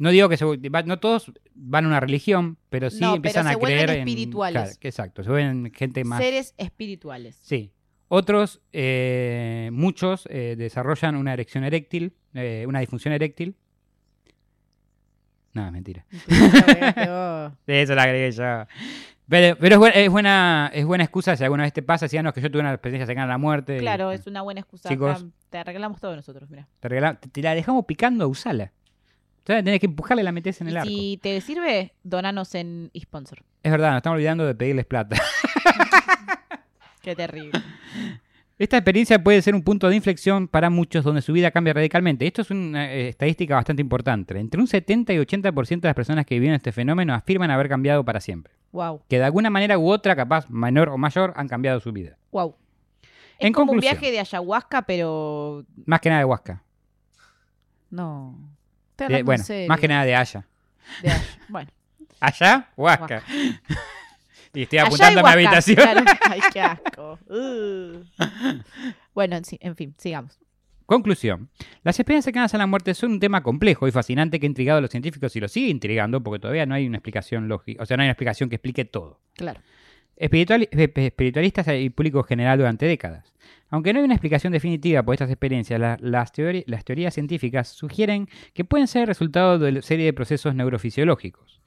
Speaker 1: No digo que se vu- va- no todos van a una religión, pero sí
Speaker 2: No, pero
Speaker 1: empiezan
Speaker 2: se
Speaker 1: a
Speaker 2: vuelven
Speaker 1: creer en-
Speaker 2: espirituales.
Speaker 1: claro, que exacto, se vuelven gente más.
Speaker 2: Seres espirituales.
Speaker 1: Sí. Otros, eh, muchos eh, desarrollan una erección eréctil, eh, una disfunción eréctil. No, es mentira.
Speaker 2: Obviamente, oh.
Speaker 1: Eso la agregué yo. Pero, pero es, buena, es buena es buena excusa si alguna vez te pasa, si ah, no, es que yo tuve una experiencia cercana a la muerte. y-
Speaker 2: Claro, es una buena excusa.
Speaker 1: Chicos.
Speaker 2: Acá Te arreglamos todos nosotros, mira.
Speaker 1: Te, regala- te- te la dejamos picando, usala. Entonces tenés que empujarla y la metés en el
Speaker 2: Y
Speaker 1: arco.
Speaker 2: si te sirve, donanos en sponsor.
Speaker 1: Es verdad, nos estamos olvidando de pedirles plata.
Speaker 2: Qué terrible.
Speaker 1: Esta experiencia puede ser un punto de inflexión para muchos donde su vida cambia radicalmente. Esto es una eh, estadística bastante importante. Entre un 70 y 80% de las personas que vivieron este fenómeno afirman haber cambiado para siempre.
Speaker 2: Wow,
Speaker 1: Que de alguna manera u otra, capaz menor o mayor, han cambiado su vida.
Speaker 2: wow. Es
Speaker 1: En
Speaker 2: como un
Speaker 1: conclusión.
Speaker 2: viaje de ayahuasca, pero
Speaker 1: Más que nada de Huasca.
Speaker 2: no. Estoy
Speaker 1: De-
Speaker 2: hablando
Speaker 1: bueno,
Speaker 2: en serio.
Speaker 1: más que nada de Haya.
Speaker 2: De ay- bueno,
Speaker 1: Allá, Huasca.
Speaker 2: Huasca.
Speaker 1: Y estoy
Speaker 2: Allá
Speaker 1: apuntando a mi
Speaker 2: hay huasca,
Speaker 1: habitación.
Speaker 2: claro. Ay, qué asco. Uh. Bueno, en, sí- en fin, sigamos.
Speaker 1: Conclusión. Las especies cercanas a la muerte son un tema complejo y fascinante que ha intrigado a los científicos y lo sigue intrigando porque todavía no hay una explicación lógica, o sea, no hay una explicación que explique todo.
Speaker 2: Claro.
Speaker 1: Espirituali- espe- espiritualistas y público general durante décadas. Aunque no hay una explicación definitiva por estas experiencias, la- las, teori- las teorías científicas sugieren que pueden ser resultado de una serie de procesos neurofisiológicos.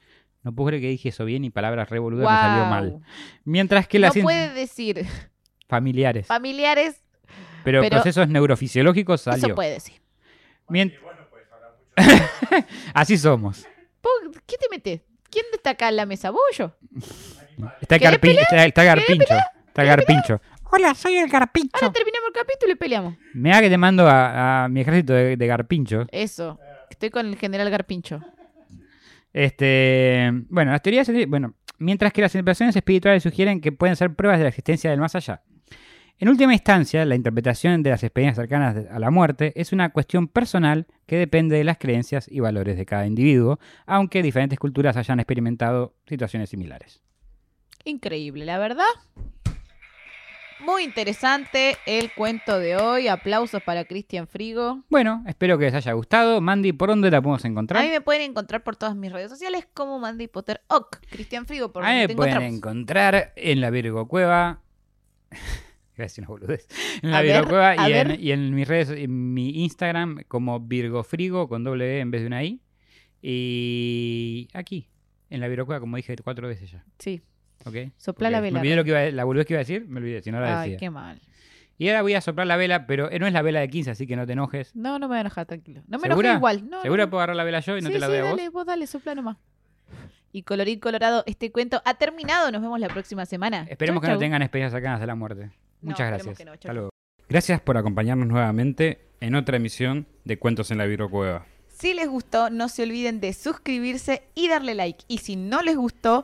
Speaker 1: No puedo creer que dije eso bien y palabras revoludas me salió mal.
Speaker 2: Guau.
Speaker 1: Mientras que
Speaker 2: No
Speaker 1: las cien-
Speaker 2: puede decir
Speaker 1: familiares,
Speaker 2: familiares,
Speaker 1: pero,
Speaker 2: pero-
Speaker 1: procesos neurofisiológicos salió.
Speaker 2: eso puede decir.
Speaker 1: Mien- Así somos.
Speaker 2: Po- ¿Qué te metes? ¿Quién destaca en la mesa? ¿Vos o yo?
Speaker 1: Está,
Speaker 2: ¿Querés
Speaker 1: Garpi- está, está Garpincho. Está Garpincho.
Speaker 2: Ahora terminamos el capítulo y peleamos.
Speaker 1: Me da que te mando a, a mi ejército de, de Garpinchos.
Speaker 2: Eso. Estoy con el general Garpincho.
Speaker 1: Este, bueno, las teorías, bueno, mientras que las interpretaciones espirituales sugieren que pueden ser pruebas de la existencia del más allá. En última instancia, la interpretación de las experiencias cercanas de- a la muerte es una cuestión personal que depende de las creencias y valores de cada individuo, aunque diferentes culturas hayan experimentado situaciones similares.
Speaker 2: Increíble, la verdad. Muy interesante el cuento de hoy. Aplausos para Cristian Frigo.
Speaker 1: Bueno, espero que les haya gustado. Mandy, ¿por dónde la podemos
Speaker 2: A
Speaker 1: encontrar?
Speaker 2: mí me pueden encontrar por todas mis redes sociales como Mandy Potter Ock. Cristian Frigo, por
Speaker 1: A mí
Speaker 2: donde
Speaker 1: me
Speaker 2: te
Speaker 1: pueden
Speaker 2: encontramos.
Speaker 1: encontrar en la Virgo Cueva. Iba a decir una boludez. En la
Speaker 2: A ver,
Speaker 1: Virgo Cueva
Speaker 2: a
Speaker 1: y en,
Speaker 2: ver.
Speaker 1: y en mis redes, en mi Instagram como Virgo Frigo con doble E en vez de una I. Y aquí, en la Virgo Cueva, como dije cuatro veces ya.
Speaker 2: Sí,
Speaker 1: ¿Ok?
Speaker 2: sopla
Speaker 1: Porque
Speaker 2: la
Speaker 1: Me
Speaker 2: vela. pues.
Speaker 1: olvidé lo que iba a- la boludez que iba a decir, me olvidé, si no la
Speaker 2: Ay,
Speaker 1: decía.
Speaker 2: qué mal.
Speaker 1: Y ahora voy a soplar la vela, pero eh, no es la vela de 15, así que no te enojes.
Speaker 2: No, no me voy a enojar, tranquilo. No me
Speaker 1: ¿Segura?
Speaker 2: enojé igual. No,
Speaker 1: Seguro
Speaker 2: no.
Speaker 1: puedo agarrar la vela yo y no
Speaker 2: sí,
Speaker 1: te la
Speaker 2: sí,
Speaker 1: doy a vos.
Speaker 2: dale, vos dale, sopla nomás. Y colorín colorado, este cuento ha terminado. Nos vemos la próxima semana.
Speaker 1: Esperemos
Speaker 2: Chau,
Speaker 1: que
Speaker 2: chau.
Speaker 1: no tengan experiencias cercanas a la muerte.
Speaker 2: No,
Speaker 1: Muchas
Speaker 2: esperemos
Speaker 1: gracias.
Speaker 2: que no. Chau,
Speaker 1: Hasta
Speaker 2: chau.
Speaker 1: luego. Gracias por acompañarnos nuevamente en otra emisión de Cuentos en la Virocueva.
Speaker 2: Si les gustó, no se olviden de suscribirse y darle like. Y si no les gustó,